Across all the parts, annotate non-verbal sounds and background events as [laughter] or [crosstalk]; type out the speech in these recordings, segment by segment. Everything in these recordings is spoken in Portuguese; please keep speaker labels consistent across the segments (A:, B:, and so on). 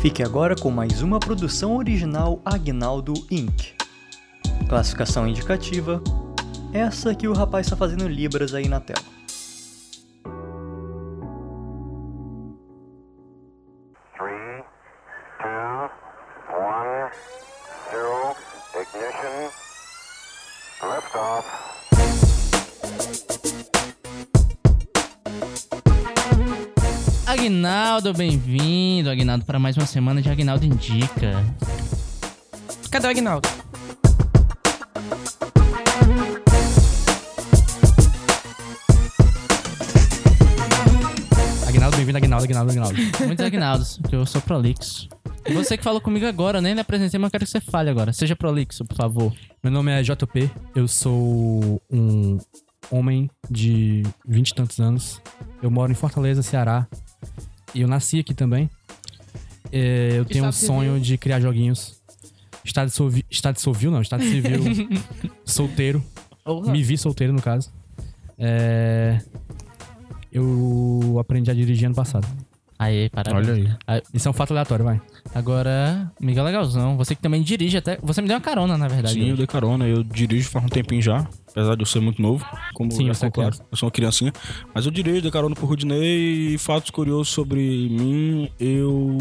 A: Fique agora com mais uma produção original Agnaldo Inc. Classificação indicativa: essa que o rapaz está fazendo libras aí na tela.
B: Three, two, one, zero, ignition, liftoff.
C: Agnaldo, bem-vindo, Agnaldo, para mais uma semana de Agnaldo Indica.
D: Cadê o Agnaldo?
C: Agnaldo, bem-vindo, Agnaldo, Agnaldo, Agnaldo. Muitos Agnaldos, porque eu sou prolixo. E Você que falou comigo agora, eu nem me apresentei, mas eu quero que você fale agora. Seja prolixo, por favor.
E: Meu nome é JP, eu sou um homem de vinte e tantos anos. Eu moro em Fortaleza, Ceará. E eu nasci aqui também. É, eu tenho um
D: Estado civil.
E: sonho de criar joguinhos. Estado, sovi... Estado civil, não,
C: [laughs]
E: Estado civil. solteiro.
C: Ou-
E: Me vi solteiro, no caso. É, Eu aprendi a dirigir ano passado.
C: Aê, parabéns. Aí.
E: Isso é um fato aleatório, vai.
C: Agora, Miguel é Legalzão, você que também dirige até... Você me deu uma carona, na verdade.
F: Sim, eu dei carona, eu dirijo faz um tempinho já, apesar de eu ser muito novo, como
E: Sim,
F: já
E: você é
F: ficou claro,
E: criança.
F: eu sou uma criancinha, mas eu dirijo, dei carona pro Rudinei e fatos curiosos sobre mim, eu...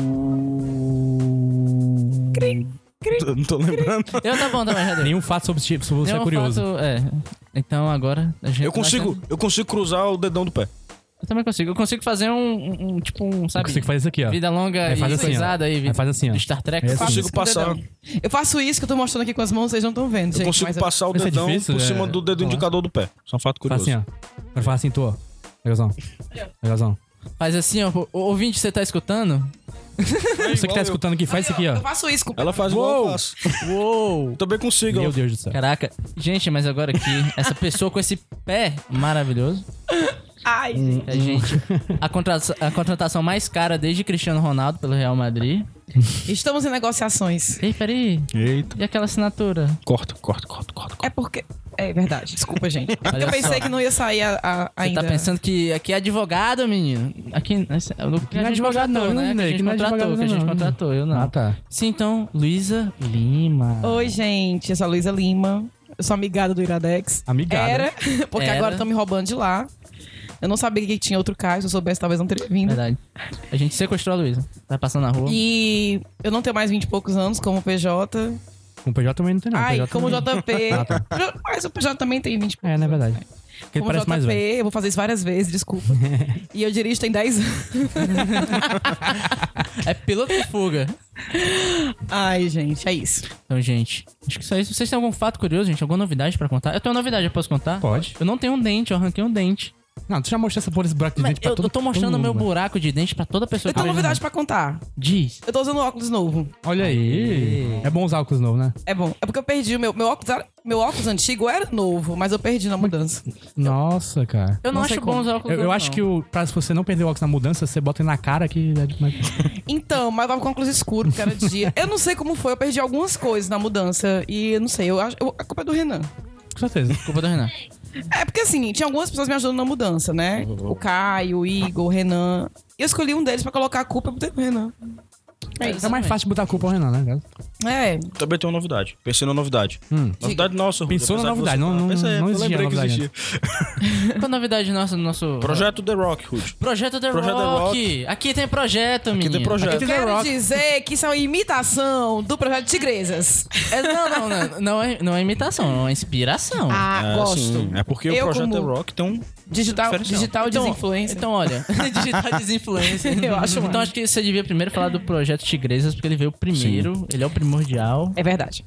F: Eu Não tô lembrando.
C: Eu tá bom também, já deu.
E: Nenhum fato sobre, sobre [laughs] você é
C: Nenhum
E: curioso.
C: fato- é. Então agora... a gente
F: Eu consigo, eu consigo cruzar o dedão do pé.
C: Eu também consigo. Eu consigo fazer um, um- um, tipo, um,
E: Eu
C: sabe...
E: consigo fazer isso aqui, ó.
C: Vida longa
E: Aí
C: e
E: faz assim, ó.
C: coisada aí,
E: Aí faz assim, ó.
C: Star Trek.
E: É
F: Eu
E: Sim.
F: consigo
D: Com o
F: passar,
D: dedão. Eu faço isso que eu tô mostrando aqui com as mãos, vocês não estão vendo,
F: eu
D: gente.
F: consigo
D: mas
F: passar o
E: Mas é
F: dedão
E: difícil,
F: por
E: é-
F: cima do dedo
E: Vamos lá.
F: indicador do pé. Isso é um fato
E: Faz
F: curioso.
E: assim, ó. Agora faz assim, tu, ó. É, Legalzão. Legalzão.
C: Faz assim, ó. O ouvinte, você tá escutando?
E: Você que tá escutando aqui, faz isso aqui,
D: Eu
E: ó.
D: faço isso com
F: É Ela faz igual eu faço.
C: Uou!
F: Eu também consigo.
E: Meu Deus do céu.
C: Caraca. Gente, mas agora aqui, [laughs] essa pessoa com esse pé maravilhoso.
D: Ai, gente.
C: É, gente, a, contra- a contratação mais cara desde Cristiano Ronaldo pelo Real Madrid.
D: Estamos em negociações.
C: Ei, peraí.
F: Eita.
C: E aquela assinatura?
F: Corta, corta, corta, corta. corta.
D: É porque. É verdade, desculpa, gente. Porque eu
C: só.
D: pensei que não ia sair a, a-
C: Você
D: ainda.
C: tá pensando que aqui é advogado, menino? Aqui, esse- o que
E: não
C: a
E: é
C: gente
E: advogado,
C: contratou,
E: não,
C: né? Que a
E: né?
C: gente
E: Que não é
C: contratou,
E: advogado,
C: que a gente
E: não.
C: contratou, eu não.
E: Ah, tá.
C: Sim, então, Luísa Lima.
D: Oi, gente, eu sou a Luísa Lima. Eu sou amigada do Iradex.
E: Amigada.
D: Era, [laughs] porque
C: Era.
D: agora estão me roubando de lá. Eu não sabia que tinha outro caso, se eu soubesse, talvez não teria vindo.
C: É Verdade. A gente sequestrou a Luísa. Tá passando na rua.
D: E eu não tenho mais 20 e poucos anos como PJ.
E: Com PJ Ah, também não tem, não.
D: Ai,
E: PJ
D: como
E: não...
D: JP.
E: Ah, tá.
D: Mas o PJ também tem 20 e poucos
E: É, não é
D: anos.
E: verdade. Porque ele
D: Como
E: parece
D: JP,
E: mais velho.
D: eu vou fazer isso várias vezes,
E: [laughs]
D: desculpa. e eu dirijo tem 10 anos.
C: É piloto de fuga.
D: Ai, gente, é isso.
C: Então, gente, acho que só isso. Vocês têm algum fato curioso, gente? Alguma novidade pra contar? Eu tenho uma novidade, eu posso contar?
E: Pode.
C: Eu não tenho um dente, eu arranquei um dente.
E: Não, tu já mostrou essa porra desse buraco de
C: Mas
E: dente pra
C: eu,
E: todo
C: eu tô mostrando
E: todo
C: o meu
E: mundo, velho.
C: buraco de dente pra toda pessoa
D: Eu tenho
C: que tá
D: uma
C: vai
D: novidade pra contar.
C: Diz.
D: Eu tô usando um óculos novo.
E: Olha aí. É bom usar óculos novo, né?
D: É bom. É porque eu perdi o meu, meu óculos. era- Meu óculos antigo era novo, mas eu perdi na mudança.
E: Nossa, cara.
C: Eu não,
D: Não sei
C: acho
D: como.
C: bom usar óculos
E: Eu, eu acho que o, pra se você não perder o óculos na mudança, você bota ele na cara que é
C: [laughs]
E: de- mais-
D: Então, mas eu tava com óculos escuro, porque era dia. Eu não sei como foi, eu perdi algumas coisas na mudança. E eu não sei, eu acho. eu- a culpa é do Renan.
E: Com certeza.
C: Culpa do Renan.
D: É porque assim, tinha algumas pessoas me ajudando na mudança, né? O Caio, o Igor, o Renan. E eu escolhi um deles pra colocar a culpa pro Renan.
C: É
E: É mais fácil botar a culpa ao Renan, né? cara?
D: É,
F: Também tem uma novidade. Pensei na novidade.
E: Hum.
F: Novidade nossa, Rudy,
E: Pensou na
F: apesar de
E: novidade,
F: você-
E: não- não-
F: Pensei,
E: não
F: eu
E: existia
F: lembrei que
E: novidade
F: existia.
C: Qual a novidade nossa do nosso.
F: Uhum. Projeto The Rock, Rude.
C: Projeto The
F: Projeto The
C: Rock. Aqui tem projeto, menino.
F: tem projeto.
D: Eu
F: The
D: quero
F: Rock.
D: dizer que isso é uma imitação do projeto Tigresas.
C: É, não, não, não. Não é, não é imitação, é uma inspiração.
D: [laughs] Ah,
F: É,
D: gosto.
F: assim, é porque
D: Eu
F: o Projeto
D: como-
F: The Rock tem um...
D: Digital,
F: Diferencial.
D: digital
C: Então-
D: desinfluência.
C: Então, [laughs] olha,
D: [laughs]
C: digital desinfluencer.
D: Eu acho
C: Então,
D: massa.
C: acho que você devia primeiro falar do projeto Tigrezas, porque ele veio primeiro, ele é o primordial.
D: É verdade.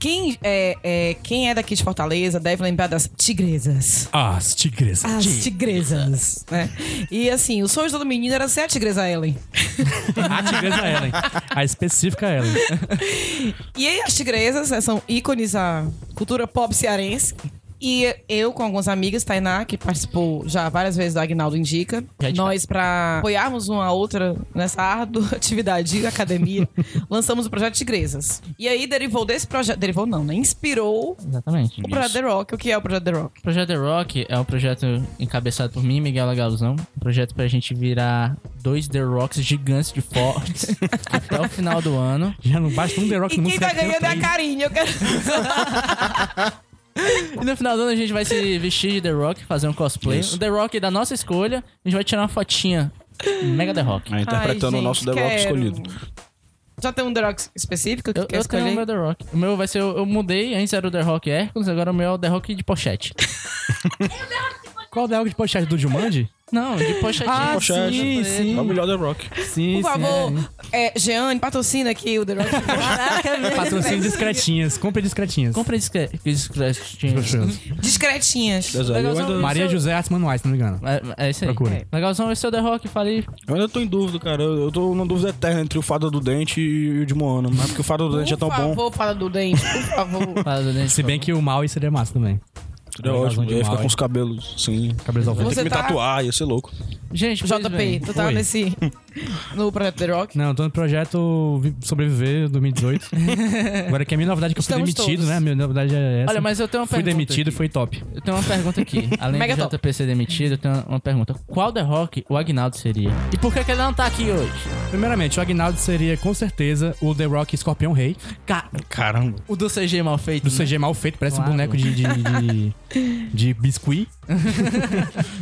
D: Quem é, é- quem é daqui de Fortaleza deve lembrar das tigresas.
E: As tigres.
D: As tigresas, né? E assim, o sonho de todo menino era ser a tigresa Ellen.
E: [laughs] A tigresa Ellen. A específica é Ellen.
D: E aí, as tigresas né, são ícones da cultura pop cearense. E eu, com algumas amigas, Tainá, que participou já várias vezes do Agnaldo Indica,
C: Já indica.
D: nós, pra apoiarmos uma a outra nessa árdua [laughs] atividade de academia, lançamos o projeto Tigrezas. E aí derivou desse projeto. Derivou, não, né? Inspirou
C: Exatamente.
D: o projeto The Rock. O que é o projeto The Rock?
C: O projeto The Rock é um projeto encabeçado por mim e Miguel Galuzão. Um projeto pra gente virar dois The Rocks gigantes de
E: [laughs]
C: fortes até o final do ano.
E: Já não basta um The Rock
D: e
E: no mundo.
D: quem
E: você já
D: tá
E: tem
D: ganhando é a
E: três.
D: carinha. Eu [laughs] quero.
C: E no final do ano a gente vai se vestir de The Rock, fazer um cosplay.
F: Isso.
C: O The Rock é da nossa escolha, a gente vai tirar uma fotinha. Mega The Rock.
F: Ah, interpretando
D: Ai,
F: o nosso
D: gente,
F: The Rock
D: quero.
F: escolhido.
D: Já tem um The Rock específico que
C: Eu,
D: quer
C: eu tenho o meu
D: escolher?
C: The Rock. O meu vai ser. Eu, eu mudei, antes era o The Rock Hércules, agora o meu é o The Rock de pochete.
E: Qual é The Rock de podcast do Jumanji?
C: Não, de pochetinha.
E: Ah,
F: Pochete.
E: sim, sim.
F: É [laughs] o melhor The Rock.
E: Sim,
D: Por favor, é, Jeane, patrocina aqui o The Rock.
E: Patrocínio discretinhas. Compre discretinhas.
C: Compre discre- discretinhas.
E: Discretinhas.
D: Discretinhas.
F: Eu ainda,
E: Maria José Artes Manuais, se não me engano.
C: É, é isso aí.
E: Procurem.
C: Legalzão, esse é o The Rock, falei.
F: eu ainda tô em dúvida, cara. Eu eu tô numa dúvida eterna entre o Fada do Dente e o de Moana. Mas porque o Fada do Dente é tão
D: Por
F: bom.
D: favor, fala do dente, por favor.
C: Fala do dente,
E: Se bem
C: por
E: que o Maui seria massa também.
F: É ótimo.
E: de
F: Ele
E: mal,
F: fica com
E: hein?
F: os cabelos assim.
E: Cabelos ao vento.
F: Tem que
D: Você
F: me
D: tá-
F: tatuar, ia ser louco.
C: favor. Gente, [laughs] pois
D: JP,
C: bem.
D: tu tá
E: Oi.
D: nesse. No projeto The Rock?
E: Não, eu tô no projeto Vi- Sobreviver
D: [laughs]
E: 2018. Agora que é a minha novidade é que eu fui
D: Estamos
E: demitido,
D: todos.
E: né? A minha novidade é essa.
C: Olha, mas eu tenho uma
E: fui
C: pergunta.
E: demitido e
C: aqui.
E: foi top.
C: Eu tenho uma pergunta aqui. Além
D: Mega
C: do
D: top.
C: JP ser demitido, eu tenho uma pergunta. Qual The Rock o Agnaldo seria? E por que, que ele não tá aqui hoje?
E: Primeiramente, o Agnaldo seria com certeza o The Rock Escorpião Rei.
C: Cara,
F: Caramba.
C: o do CG mal feito.
E: Do
C: né?
E: CG mal feito, parece
C: Claro.
E: um boneco de, de, de, de biscuit.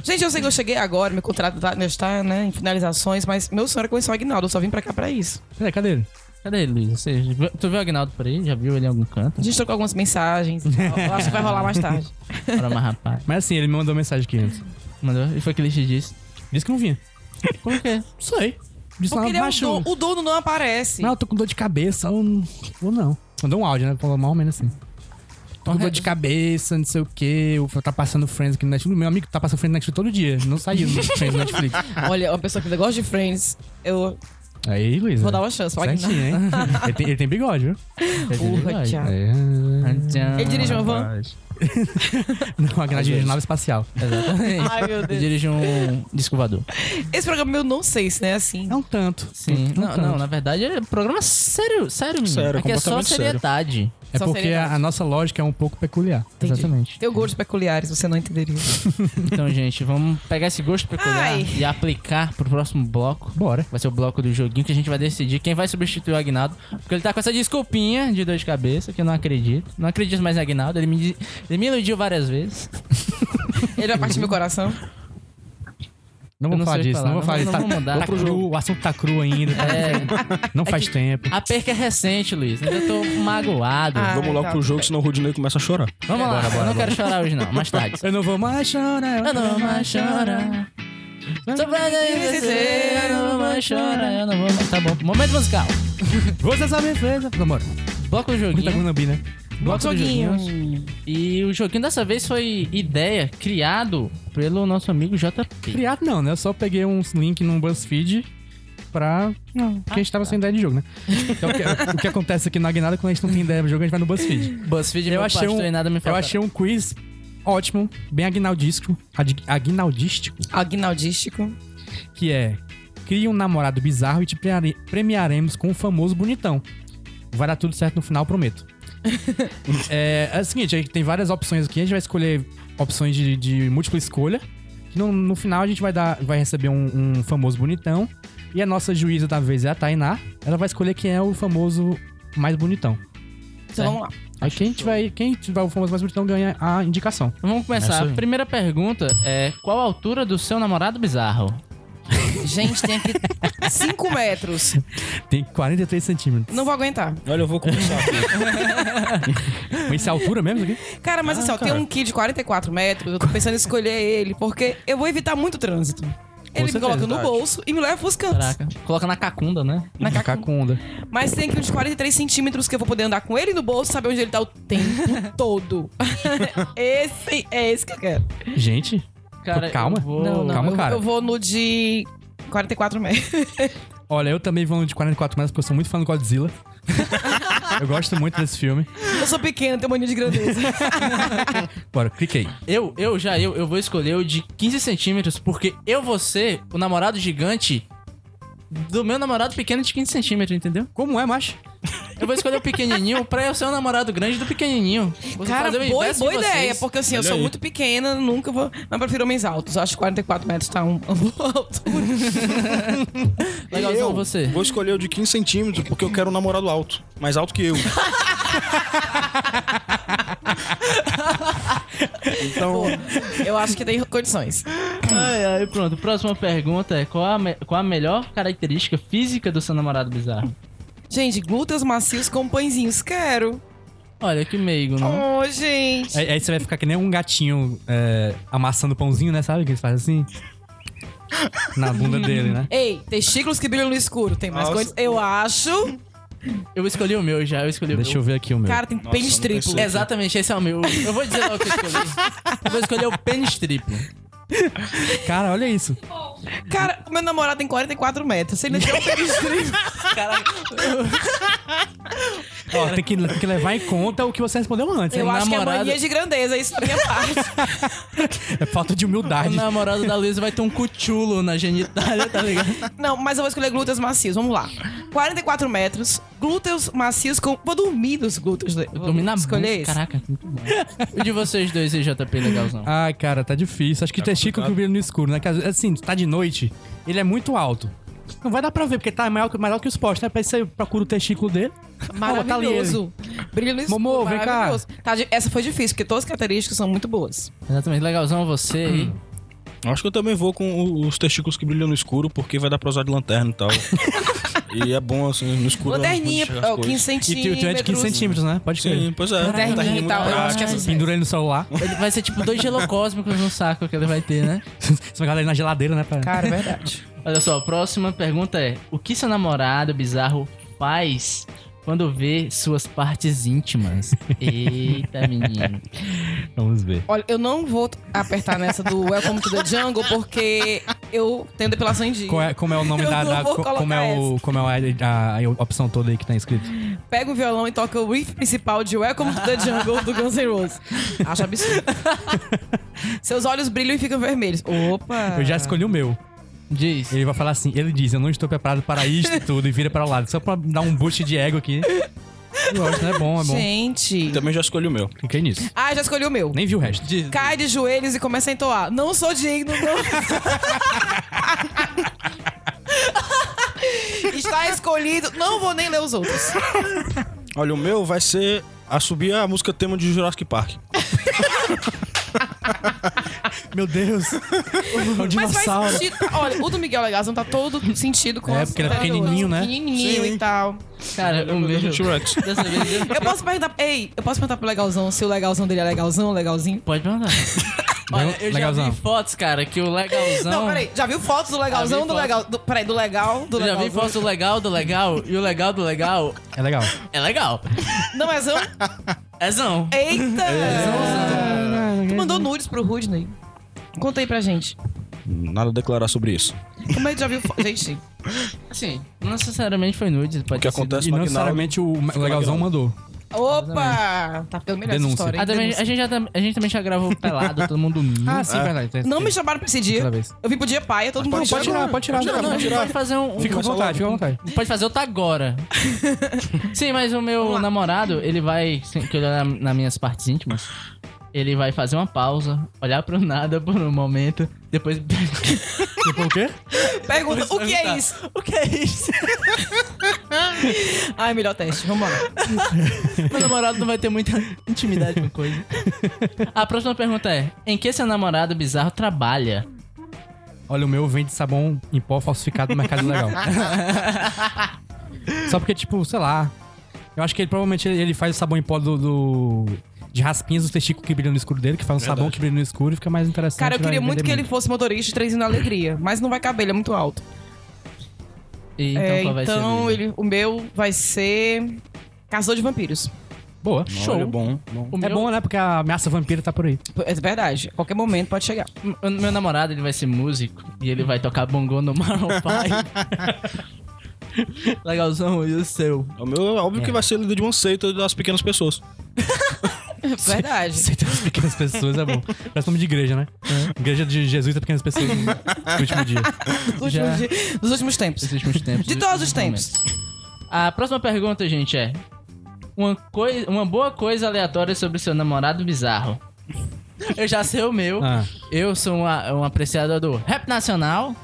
D: Gente, eu sei que eu cheguei agora, meu contrato tá, ainda está né, em finalizações, mas meu sonho era conhecer o Agnaldo, eu só vim pra cá pra isso.
E: Cadê, cadê ele?
C: Cadê ele, Luiz? Você, tu viu o Agnaldo por aí? Já viu ele em algum canto?
D: A gente trocou algumas mensagens, e tal, eu acho que vai rolar
C: [laughs]
D: mais tarde.
C: Para mais rapaz.
E: Mas assim, ele me mandou mensagem aqui antes.
C: Mandou? E foi que ele te disse.
E: Disse que não vinha.
C: Por quê?
E: Não sei. Disse
D: Porque
E: lá,
D: ele é o,
E: baixo.
D: dono, o dono não aparece.
E: Não, eu tô com dor de cabeça. Eu não vou não. Mandou um áudio, né? Falou mal ou menos assim. Tô com dor de cabeça, não sei o quê. Eu- Tá passando Friends aqui no Netflix. Meu amigo tá passando Friends no Netflix todo dia. Não saiu no Friends no Netflix.
D: Ah. Olha, uma pessoa que ainda gosta de Friends, eu
E: [laughs] Aí, Luiz.
D: vou dar uma chance. O Agnaldo.
E: É. Certinho, hein? ele, tem, ele tem bigode, viu?
D: Porra, Thiago.
E: É.
D: Ele dirige uma van?
E: [laughs] Não, a grade de nave espacial.
C: Exatamente.
D: Ai, meu
C: Ele
D: Deus.
C: dirige um descovador.
D: Esse programa eu não sei se não é assim.
E: É um tanto.
C: Sim.
E: Um
C: Não,
E: tanto.
C: não, na verdade é um programa sério, sério, menino.
F: Sério,
C: Aqui é só
F: completamente sério.
C: seriedade.
E: É
D: Só
E: porque
D: seriedade.
E: a, a nossa lógica é um pouco peculiar.
C: Exatamente.
D: Tem gostos peculiares, você não entenderia.
C: Então, gente, vamos pegar esse gosto peculiar
D: Ai.
C: e aplicar pro próximo bloco.
E: Bora.
C: Vai ser o bloco do joguinho que a gente vai decidir quem vai substituir o Agnaldo. Porque ele tá com essa desculpinha de dor de cabeça, que eu não acredito. Não acredito mais em Agnaldo. Ele me, ele me iludiu várias vezes.
D: Ele vai partir meu coração.
C: Eu
E: Não vou
C: não
E: falar
C: sei
E: disso,
C: falar,
E: não vou
C: não-
E: falar
C: não
E: disso. Tá,
C: vou mudar.
E: tá cru, o assunto tá cru ainda. tá- Não faz tempo.
C: É, A perca é recente, Luiz. Eu tô magoado.
D: Ah.
F: Vamos
D: Ai,
F: logo
D: tá.
F: pro jogo, senão o Rudinei começa a chorar.
C: Vamos lá. eu não quero chorar hoje, não. Mais tarde.
E: Eu não vou mais chorar.
C: Eu não vou mais chorar. Só pra dizer, eu não vou mais chorar. Eu não vou mais. Tá bom. Momento musical.
E: Você sabe, beleza? Vamos
C: Bloco do
E: Muita
C: joguinho.
E: Gunabi, né?
C: Bloco do E o joguinho dessa vez foi ideia criado pelo nosso amigo JP.
E: Criado não, né? Eu só peguei uns link num BuzzFeed pra... Porque a gente tava sem ideia de jogo, né? Então, o, que, o que acontece aqui na Agnada, quando a gente não tem ideia de jogo, a gente vai no BuzzFeed.
C: BuzzFeed
E: Eu
C: meu
E: achei
C: pastor
E: um-
C: e nada me
E: Eu
C: faltará.
E: achei um quiz ótimo, bem agnaldístico, ad- agnaldístico,
D: Agnaldístico.
E: que é... Cria um namorado bizarro e te premiare- premiaremos com o famoso bonitão. Vai dar tudo certo no final, [laughs] prometo. é, é o seguinte, aí tem várias opções aqui. A gente vai escolher opções de, de múltipla escolha. que No, no final a gente vai, dar, vai receber um, um famoso bonitão. E a nossa juíza da vez é a Tainá. Ela vai escolher quem é o famoso mais bonitão.
D: Então vamos lá.
E: Aí quem tiver, quem tiver o famoso mais bonitão ganha a indicação.
C: Vamos começar.
F: Essa aí.
C: A primeira pergunta é: qual a altura do seu namorado bizarro?
D: Gente, tem aqui 5 metros.
E: Tem 43 centímetros.
D: Não vou aguentar.
F: Olha, eu vou [laughs] começar aqui.
E: Mas isso é a altura mesmo? Aqui?
D: Cara, mas assim, ó, tem um kit de 44 metros, eu tô pensando em escolher ele, porque eu vou evitar muito trânsito. Ele
E: certeza,
D: me coloca no
F: verdade.
D: bolso e me leva pros cantos.
C: Caraca. Coloca na cacunda, né?
E: Na
D: Na cacu-
E: cacunda.
D: Mas tem aqui uns 43 centímetros que eu vou poder andar com ele no bolso, saber onde ele tá o tempo todo. esse é esse que eu quero.
E: Gente,
C: Cara,
E: calma.
C: eu vou-
E: Não, não. Calma,
D: eu,
E: cara.
D: Eu vou no de 44 metros.
E: olha, eu também vou no de 44 metros porque eu sou muito fã do Godzilla. [laughs] Eu gosto muito desse filme.
D: Eu sou pequeno, tenho mania de grandeza.
E: Bora, cliquei.
C: Eu, eu já, eu, eu vou escolher o de 15 centímetros, porque eu vou ser o namorado gigante do meu namorado pequeno de 15 centímetros, entendeu?
E: Como é, macho?
C: Eu vou escolher o pequenininho pra eu ser o namorado grande do pequenininho. Vou
D: Cara,
C: fazer o
D: boa,
C: inverso de
D: boa
C: vocês.
D: ideia, porque assim, eu
F: Olha
D: sou
F: aí.
D: muito pequena, nunca vou. Mas prefiro homens altos. Acho que 44 metros tá um, [laughs] uma boa altura.
C: Legalzão
F: eu
C: então, você.
F: Vou escolher o de 15 centímetros, porque eu quero um namorado alto. Mais alto que eu.
D: Então... Eu acho que tem condições.
C: Ai, ai, pronto. Próxima pergunta é: qual a, me- qual a melhor característica física do seu namorado bizarro?
D: Gente, glúteos macios com pãezinhos. Quero.
C: Olha que meigo,
F: Hum.
C: né? não?
D: Oh, gente.
E: Aí, aí você vai ficar que nem um gatinho é, amassando pãozinho, né? Sabe que eles fazem assim? Na bunda dele, né?
D: Ei, testículos que brilham no escuro. Tem mais
F: Nossa.
D: coisas? Eu acho.
C: Eu escolhi o meu já, eu escolhi
E: Deixa
C: o
E: eu ver aqui o meu.
D: Cara, tem
F: Nossa,
D: pênis
F: não pensei.
D: triplo.
C: meu. Exatamente, esse é o meu. Eu vou dizer logo o que eu escolhi. Eu vou escolher o pênis triplo.
E: Cara, olha isso.
D: Cara, o meu namorado tem 44 metros. Se ele não tem um pênis triplo.
C: Caraca,
E: Ó, tem que, tem que levar em conta o que você respondeu antes.
D: Eu
E: hein?
D: acho que é
C: namorado-
D: mania de grandeza, isso da minha parte.
E: É falta de
C: o
E: humildade.
C: namorado da Luísa vai ter um cuchulo na genitália, tá [laughs] ligado?
D: Não, mas eu vou escolher glúteos macios. Vamos lá. 44 metros, glúteos macios com. Vou dormir nos glúteos dele.
C: Eu
D: Vou
C: dormi na
D: escolher
C: bunda.
D: esse.
C: Caraca, muito bom. O de vocês dois e JP legalzão.
E: Ai, cara, tá difícil. Acho que o testículo que brilha no escuro, né? Que, às vezes, assim, tá de noite, ele é muito alto. Não vai dar pra ver, porque tá maior, que- maior que os postes, né? Pra isso aí eu procuro o testículo dele. tá Ó, ali ele.
D: Maravilhoso. Brilho no escuro.
E: Momô, vem cá.
D: maravilhoso. Tá, de- essa foi difícil, porque todas as características são muito boas.
C: [laughs] Exatamente, legalzão você aí.
F: Acho que eu também vou com o- os testículos que brilham no escuro, porque vai dar pra usar de lanterna e [laughs] tal. e é bom, assim, no escuro.
D: Lanterninha,
F: é
D: é, o 15
E: E tu,
D: centímetros.
E: tu é de 15 centímetros, né? Pode
F: Sim,
E: crer. Ah,
F: pois é.
D: Lanterninha e
F: muito
D: tal, eu
F: prática.
D: acho que é sucesso.
E: Pendura ele no celular. [laughs]
C: Ele vai ser tipo dois gelocósmicos no saco que ele vai ter, né?
E: Você vai guardar ele na geladeira, né? Pra...
D: Cara, é verdade.
C: Olha só, a próxima pergunta é: O que seu namorado bizarro faz quando vê suas partes íntimas? Eita, menino.
E: [laughs] Vamos ver.
D: Olha, eu não vou apertar nessa do Welcome to the Jungle, porque eu tenho depilação em dia.
E: Qual é- como é o nome
D: Eu
E: da.
D: não
E: da-
D: vou
E: co- como
D: colocar
E: é, o, como é a, a- a opção toda aí que tá escrito?
D: Pega o violão e toca o riff principal de Welcome to the Jungle do Guns N' Roses.
E: [laughs]
D: Acho absurdo. Seus olhos brilham e ficam vermelhos. Opa!
E: Eu já escolhi o meu.
C: Diz.
E: Ele vai falar assim: ele diz, eu não estou preparado para isto
D: [laughs]
E: e tudo, e vira para o lado, só pra dar um boost de ego aqui. Eu gosto, né? É bom, é bom.
D: Gente.
F: Também já escolhi o meu.
E: Fiquei nisso.
D: Ah, já escolhi o meu.
E: Nem vi o resto.
D: Cai de joelhos e começa a entoar. Não sou digno, não. [laughs] Está escolhido. Não vou nem ler os outros.
F: Olha, o meu vai ser a subir a música tema de Jurassic Park.
E: Meu Deus! um
D: [laughs] Mas faz
E: dinossauro.
D: sentido. Olha, o do Miguel Legazão tá todo sentido com
E: É,
D: as
E: porque ele é
D: pessoas.
E: pequenininho, né?
D: Pequenininho
F: Sim.
D: e tal.
C: Cara, é o meu.
F: T-Rex.
C: Dessa vez eu.
D: Eu posso perguntar. Ei, eu posso perguntar pro Legalzão se o Legalzão dele é legalzão, legalzinho?
C: [laughs] Pode mandar. Olha, eu já
E: Legalzão.
C: vi fotos, cara, que o legalzão.
D: Não, peraí. Já viu fotos do
C: Já
D: legalzão
C: vi
D: do
C: foto.
D: legal. Do, peraí, do legal, do
C: Eu já
D: legalzão.
C: vi fotos do legal do legal e o legal do legal
E: É legal.
C: é legal.
D: Não, é zão?
C: É zão.
D: Eita! Tu mandou nudes pro Rudney. Conta aí pra gente.
F: Nada a declarar sobre isso.
D: Como é que já viu foto? Gente,
C: Assim, não necessariamente foi nude, pode
F: O que
C: ter sido.
F: acontece
E: E não
F: no
E: necessariamente o o legalzão mandou.
D: opa! Tá ficando melhor essa
E: Denúncia.
D: história.
C: Ah,
D: hein?
C: também, a,
D: Denúncia.
C: gente já, tam- a gente também já gravou pelado, todo mundo nu.
E: Ah,
F: É.
E: sim, verdade.
D: Não me chamaram pra esse dia.
E: Outra vez.
D: Eu vim pro dia paia, todo mundo
F: pode
E: Pode tirar, pode tirar.
C: Não, a gente pode fazer um. um-
E: Fica à vontade, fica à vontade.
C: Pode fazer outra
E: [laughs]
C: agora. Sim, mas o meu namorado, ele vai, sem- que olhar na- nas minhas partes íntimas, ele vai fazer uma pausa, olhar pro nada por um momento, depois. [laughs]
E: Tipo o quê?
D: Pergunta, o
C: Pois
D: que
C: é,
D: é
C: tá.
D: isso?
C: o que é [laughs] isso?
D: Ai, melhor teste, vambora.
C: Meu namorado não vai ter muita intimidade com coisa. A próxima pergunta é: Em que seu namorado bizarro trabalha?
E: Olha, o meu vende sabão em pó falsificado no Mercado Legal. Só porque, tipo, sei lá. Eu acho que ele provavelmente ele- ele faz o sabão em pó do. do- de raspinhas do testículo que brilha no escuro dele, que faz um sabão que brilha no escuro e fica mais interessante.
D: Cara, eu
E: vai
D: queria
E: vender
D: muito que ele fosse motorista de trenzinho da alegria, mas não vai caber, ele é muito alto.
C: E então
D: É,
C: qual vai ser?
D: então
C: Luísa?
D: ele, o meu vai ser. Caçador de vampiros.
E: Boa.
F: Show. Olha, bom, bom.
C: O
E: É
C: meu,
E: bom, né? Porque a ameaça vampira tá por aí. [laughs]
D: É verdade. a Qualquer momento pode
C: [laughs]
D: chegar.
C: o meu namorado ele vai ser músico e ele vai tocar bongô no Maroon 5. Legalzão, e o seu?
F: O meu, é óbvio que vai ser líder de uma seita das pequenas pessoas.
D: Verdade.
E: Seita das pequenas pessoas é bom. Parece nome de igreja, né? Igreja de Jesus das pequenas pessoas no último dia.
D: Dos últimos
C: Já-
D: di- Dos últimos tempos.
C: Esses últimos tempos.
D: De todos os tempos.
C: A próxima pergunta, gente, é... Uma, coi... uma boa coisa aleatória sobre seu namorado
E: [laughs]
C: bizarro. Eu já sei o meu.
E: Ah.
C: Eu sou uma, um apreciador do rap nacional.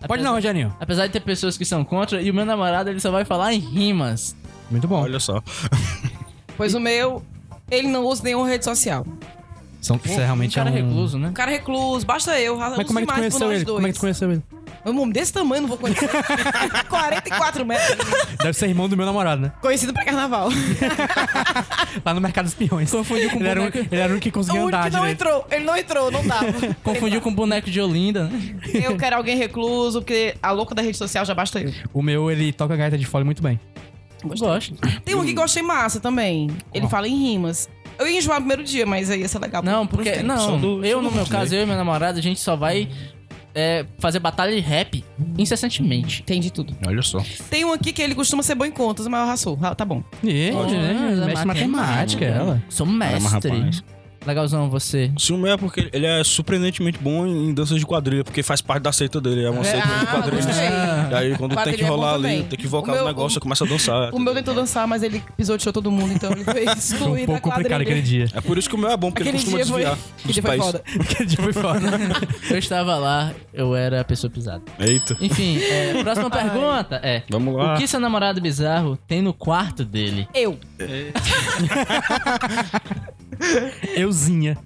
E: Pode
C: Apesar-
E: não, Rogerinho.
C: Apesar de ter pessoas que são contra, e o meu namorado ele só vai falar em rimas.
E: Muito bom.
F: Olha só.
D: Pois o meu, ele não usa nenhuma rede social.
E: São, isso é realmente
C: um cara
E: é um...
C: recluso, né?
D: O cara é recluso, basta eu.
E: Mas como é que tu
D: demais por
E: conheceu
D: nós
E: ele?
D: dois.
E: Como é que tu conheceu ele?
D: Meu nome desse tamanho eu não
E: [laughs]
D: vou conhecer. 44 metros.
E: Deve ser irmão do meu namorado, né?
D: Conhecido pra carnaval.
E: Lá no Mercado dos Peões. Confundiu com ele era, um, ele era um que
D: o
E: conseguia
D: único
E: andar
D: que não
E: direito.
D: entrou. Ele não entrou,
E: [laughs]
D: não dava.
C: Confundiu com o boneco de Olinda, né?
D: Eu quero alguém recluso, porque a louca da rede social já basta eu.
E: O meu, ele toca gaita de fole muito bem.
C: Gosto.
D: Tem um que eu achei massa também. Ele fala em rimas. Eu ia enjoar no primeiro dia, mas aí ia ser legal.
C: Não,
D: Por-
C: porque.
D: por-
C: Não,
F: São do-
C: eu,
F: são
C: no
F: do
C: meu
F: Disney.
C: caso, eu e meu namorado, a gente só vai é, fazer batalha de rap incessantemente.
D: Tem de tudo.
F: Olha só.
D: Tem um aqui que ele costuma ser bom em contas, mas arrasou. Ah, tá bom.
E: E,
C: É, Olha,
E: mestre em é matemática, né? ela. é
C: Sou
F: Caramba,
C: mestre.
F: rapaz.
C: Legalzão, você.
E: [laughs]
F: Se o meu é porque ele é surpreendentemente bom em danças de quadrilha, porque faz parte da seita dele. É uma seita de
D: ah,
F: quadrilha.
D: gostei.
F: E aí, quando tem que
D: Quadrilha é
F: rolar
D: bom
F: ali,
D: também.
F: tem que invocar
D: O
F: o,
D: meu-
F: negócio, começa a dançar.
D: O meu tentou dançar, mas ele pisoteou todo mundo, então ele
E: [laughs]
D: foi
E: Tá Foi um
D: excluído da
E: pouco complicado
D: quadrilha.
E: aquele dia.
F: É por isso que o meu é bom, porque
D: Aquele
F: ele costuma desviar
D: dia foi, [laughs] aquele
F: dos
D: dia foi
F: pés.
D: foda.
E: Aquele dia foi
C: [laughs]
E: foda.
C: Eu estava lá, eu era a pessoa pisada.
F: Eita.
C: Enfim, é,
E: [laughs]
C: próxima pergunta é:
F: Vamos lá.
C: O que seu namorado bizarro tem no quarto dele?
D: Eu.
E: Euzinha.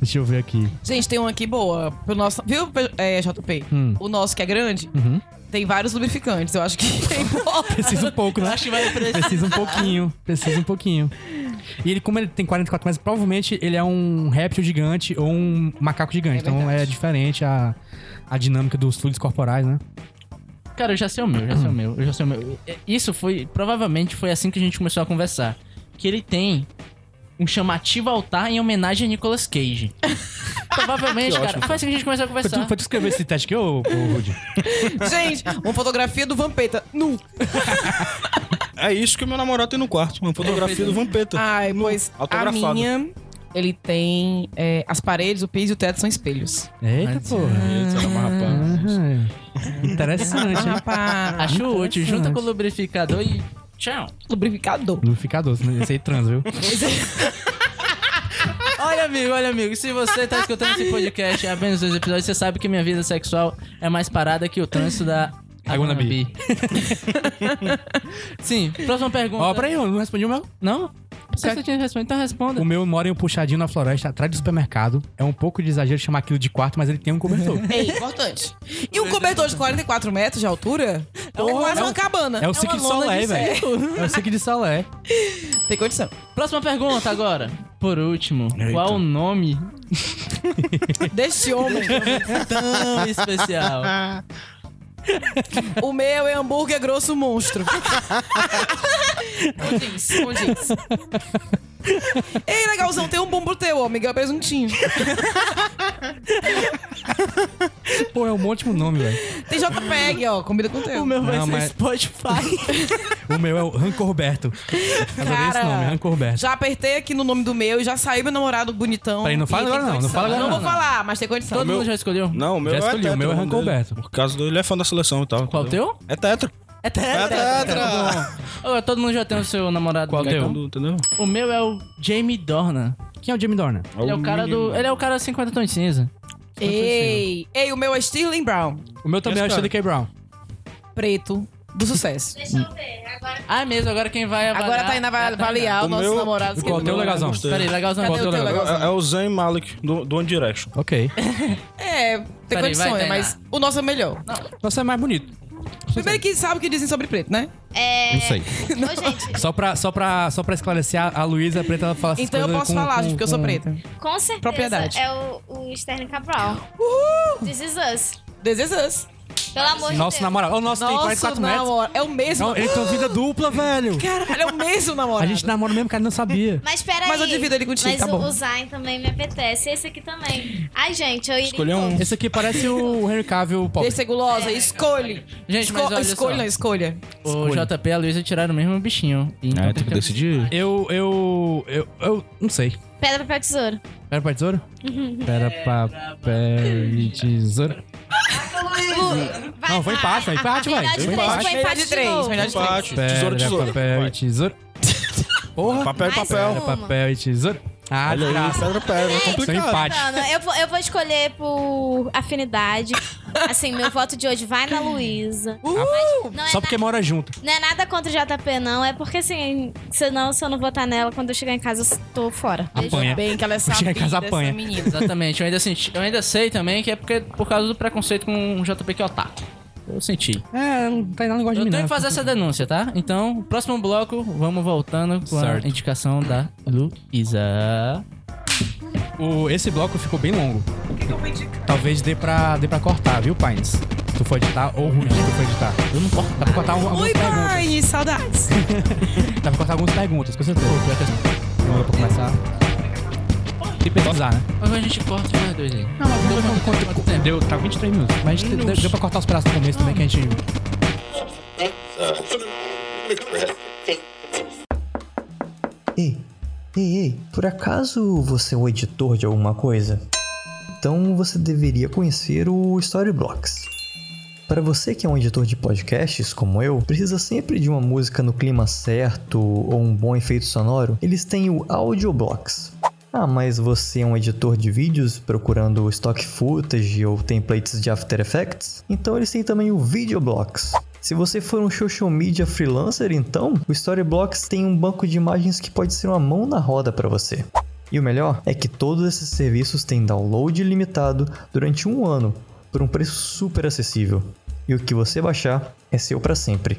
E: Deixa eu ver aqui.
D: Gente, tem um aqui boa. Pro nosso, viu, é, JP?
E: Hum.
D: O nosso que é grande,
E: Uhum.
D: tem vários lubrificantes. Eu acho que [laughs] tem
E: [laughs]
D: boa.
E: Precisa um pouco, né?
C: Acho que vai precisar.
E: Precisa um pouquinho. Precisa um pouquinho. E ele, como ele tem 44 metros, provavelmente ele é um réptil gigante ou um macaco gigante.
D: É
E: então é
D: verdade.
E: diferente a, a dinâmica dos fluidos corporais, né?
C: Cara, eu já sei o meu, já sei o meu, eu já sei o meu. E- Isso foi, provavelmente foi assim que a gente começou a conversar. Que ele tem um chamativo altar em homenagem a Nicolas
E: [laughs]
C: Cage. provavelmente, cara, foi assim que a gente começou a
E: Foi tu,
C: conversar.
E: foi tu que escreveu esse teste aqui, ô, ô Rudy?
D: Gente, uma fotografia do Vampeta. Nu.
F: É isso que o meu namorado tem no quarto. Uma fotografia do Vampeta.
D: Ai, pois a
F: Autografado.
D: minha, ele tem... é, as paredes, o piso e o teto
E: [laughs]
D: são espelhos.
E: Eita,
C: Mas-
E: porra.
F: Eita, mas, rapaz.
E: Ah, interessante, hein?
D: Rapaz.
C: Acho útil,
E: interessante.
C: junta com o lubrificador e tchau.
D: Lubrificador.
E: Não fica doce, né? Esse aí trans, viu?
C: Olha, amigo, olha, amigo, se você tá escutando esse podcast e apenas dois episódios, você sabe que minha vida sexual é mais parada que o trânsito da...
E: Aguanabi. [laughs]
C: Aguanabi. Sim, próxima pergunta.
E: Ó, peraí, eu não respondi o meu.
C: Não? Você que tinha respondido, então responda.
E: O meu mora em um puxadinho na floresta, atrás do supermercado. É um pouco de exagero chamar aquilo de quarto, mas ele tem um cobertor.
D: É importante. E um cobertor de 44 metros de altura é quase
E: é
D: uma
E: um-
D: cabana.
E: É o Sique de
C: lona
E: Solé,
C: de
E: velho. É o Sique de Solé.
D: Tem [laughs] condição.
C: Próxima pergunta agora. Por último, qual o nome
D: Deste homem.
C: tão especial?
D: O meu é hambúrguer grosso monstro. condiz, condiz. Ei, legalzão, tem um bom pro teu, ó, Miguel Presuntinho.
E: Pô, é um ótimo nome, velho.
D: Tem JPEG, ó, comida com o teu.
C: O meu vai
E: Não,
C: ser
E: mas-
C: Spotify.
E: [laughs] O meu é o Rancor Roberto. Adorei esse
D: Cara.
E: nome, Rancor Roberto.
D: Já apertei aqui no nome do meu e já saiu meu namorado bonitão.
E: Peraí, não fala
D: E tem
E: agora não, não
D: condição.
E: fala agora
D: Não
E: não,
D: vou
E: não.
D: falar, mas tem condição.
C: Todo mundo já escolheu?
F: Não, o meu
E: Já
F: é
E: escolhi, o
F: tetra,
E: meu é
F: nome
E: Rancor
F: dele.
E: Berto.
F: Por causa dele, ele é fã da seleção e tal.
C: Qual o
F: entendeu?
C: teu?
F: É tetra.
C: É
F: É
C: Tá
F: tetra.
C: bom. Ô, todo mundo já tem o seu namorado.
E: Qual o
C: Gaetano?
F: Entendeu? É Entendeu?
C: O meu é o Jamie Dornan.
E: Quem é o Jimmy Dorner?
C: Ele é o cara
F: menino.
C: do. Ele é o cara 50 tons de cinza.
D: Ei, ei, o meu é Sterling Brown,
E: O meu também é o
F: Esse cara.
E: Stanley K. Brown.
D: preto, do sucesso.
G: Deixa eu ver. Agora
C: Ah, é mesmo, agora quem vai avaliar.
D: Agora tá indo avaliar
F: O
D: os nossos
F: meu-
D: namorados. que
E: Qual é o
D: não
E: teu
D: moram.
E: legalzão?
F: Gostei.
C: Peraí, legalzão.
D: Cadê
C: qual
D: o teu
C: legal?
D: legal?
F: É, é o Zayn Malik, do, do One Direction.
E: Ok.
D: É, tem
C: Peraí, vai,
D: condições,
C: Tainá.
D: mas o nosso é melhor.
E: Você é mais bonito.
D: Primeiro que sabe o que dizem sobre preto, né?
G: é.
E: Não sei.
G: Ô, gente,
E: Só pra, só pra, só pra esclarecer, a a Luísa é preta, ela fala essas
D: Então eu
E: coisas
D: posso
E: com-
D: falar,
E: com-
D: gente, porque eu sou
E: com-
D: preta.
G: com certeza
D: Propriedade.
G: é o, o Sterling Cabral. This is us.
D: This is us.
G: Pelo amor de
E: Nosso
G: Deus.
E: namorado. Ô, nosso, tem
D: Nosso
E: 44 metros.
D: namorado. É o mesmo.
E: Não, ele tem uma vida dupla, velho.
D: Caralho, é o mesmo namorado.
E: A gente namora mesmo, cara, não sabia.
G: Mas peraí.
D: Mas eu divido ele contigo,
G: Mas
D: tá
G: o-
D: bom.
G: o Zayn também me apetece. Esse aqui também. Ai, gente, eu iria.
F: Escolher
G: em
F: um.
G: todos.
E: Esse aqui parece o Henry Cavill pobre.
D: Deixa ser gulosa, escolhe.
C: Gente, mas olha só.
D: escolha, escolha.
C: O JP e a Luísa tiraram o mesmo bichinho. Então
F: Ah, tem que decidir.
E: Eu, eu, eu, eu não sei.
G: Pedra, papel, tesoura.
E: Pera pra tesoura?
C: Uhum.
E: Pera, papel e tesoura.
G: Vai,
E: Não, foi empate, foi empate, vai.
G: Melhor de
E: Foi
G: três,
E: empate.
G: foi
D: Melhor
G: empate
D: de
G: de
D: três,
G: novo.
D: É melhor de três.
F: Empate. Tesoura,
E: Pera,
F: tesoura.
E: papel
F: Vai.
E: e tesoura. Porra.
F: Papel e
G: Mais
F: papel.
G: um.
E: Pera, papel e tesoura. Ah,
F: Olha aí,
E: graça.
F: pedra, pedra.
E: Isso é um
F: Complicado.
E: empate.
G: Mano, eu vou, eu vou escolher por afinidade. Assim, meu voto de hoje vai na Luísa. Não é,
E: Só porque
G: na-
E: mora junto.
G: não é nada contra o JP, não. É porque, assim, senão, se eu não votar nela, quando eu chegar em casa, eu tô fora.
E: Apanha.
D: Bem que ela é
E: Chega em
D: sabida,
E: casa, apanha.
D: essa menina.
C: Exatamente. Eu ainda, senti, eu ainda sei também que é porque, por causa do preconceito com o JP que é otaku. Eu senti.
E: É, não tem nada negócio de
C: Eu
E: mim,
C: tenho
E: não.
C: que fazer essa denúncia, tá? Então, próximo bloco, vamos voltando com
E: Certo.
C: a indicação da Luísa.
E: O, esse bloco ficou bem longo. Talvez dê pra, dê pra cortar, viu, Pines? Se tu for editar, ou ruim se tu for editar. Eu não corto. Dá pra cortar algumas
D: Oi,
E: perguntas.
D: pai, saudades.
E: Dá pra cortar algumas perguntas, com certeza. Não dá pra começar. E pesquisar, né?
C: Agora a gente corta os dois aí.
E: Não, mas
C: deu pra-
E: conta-
C: quanto tempo?
E: Deu, tá 23 minutos. Mas a gente deu, deu pra cortar os pedaços no começo também, que a gente...
A: Ei, ei, ei, por acaso você é o editor de alguma coisa? Então você deveria conhecer o Storyblocks. Para você que é um editor de podcasts, como eu, precisa sempre de uma música no clima certo ou um bom efeito sonoro, eles têm o Audioblocks. Ah, mas você é um editor de vídeos procurando stock footage ou templates de After Effects? Então eles têm também o Videoblocks. Se você for um social media freelancer, então, o Storyblocks tem um banco de imagens que pode ser uma mão na roda para você. E o melhor é que todos esses serviços têm download limitado durante um ano, por um preço super acessível. E o que você baixar é seu para sempre.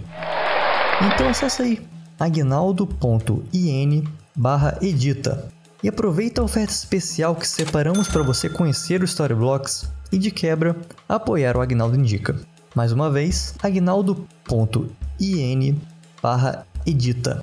A: Então acessa aí agnaldo.in barra edita e aproveita a oferta especial que separamos para você conhecer o Storyblocks e de quebra apoiar o Agnaldo Indica. Mais uma vez, agnaldo.in barra edita.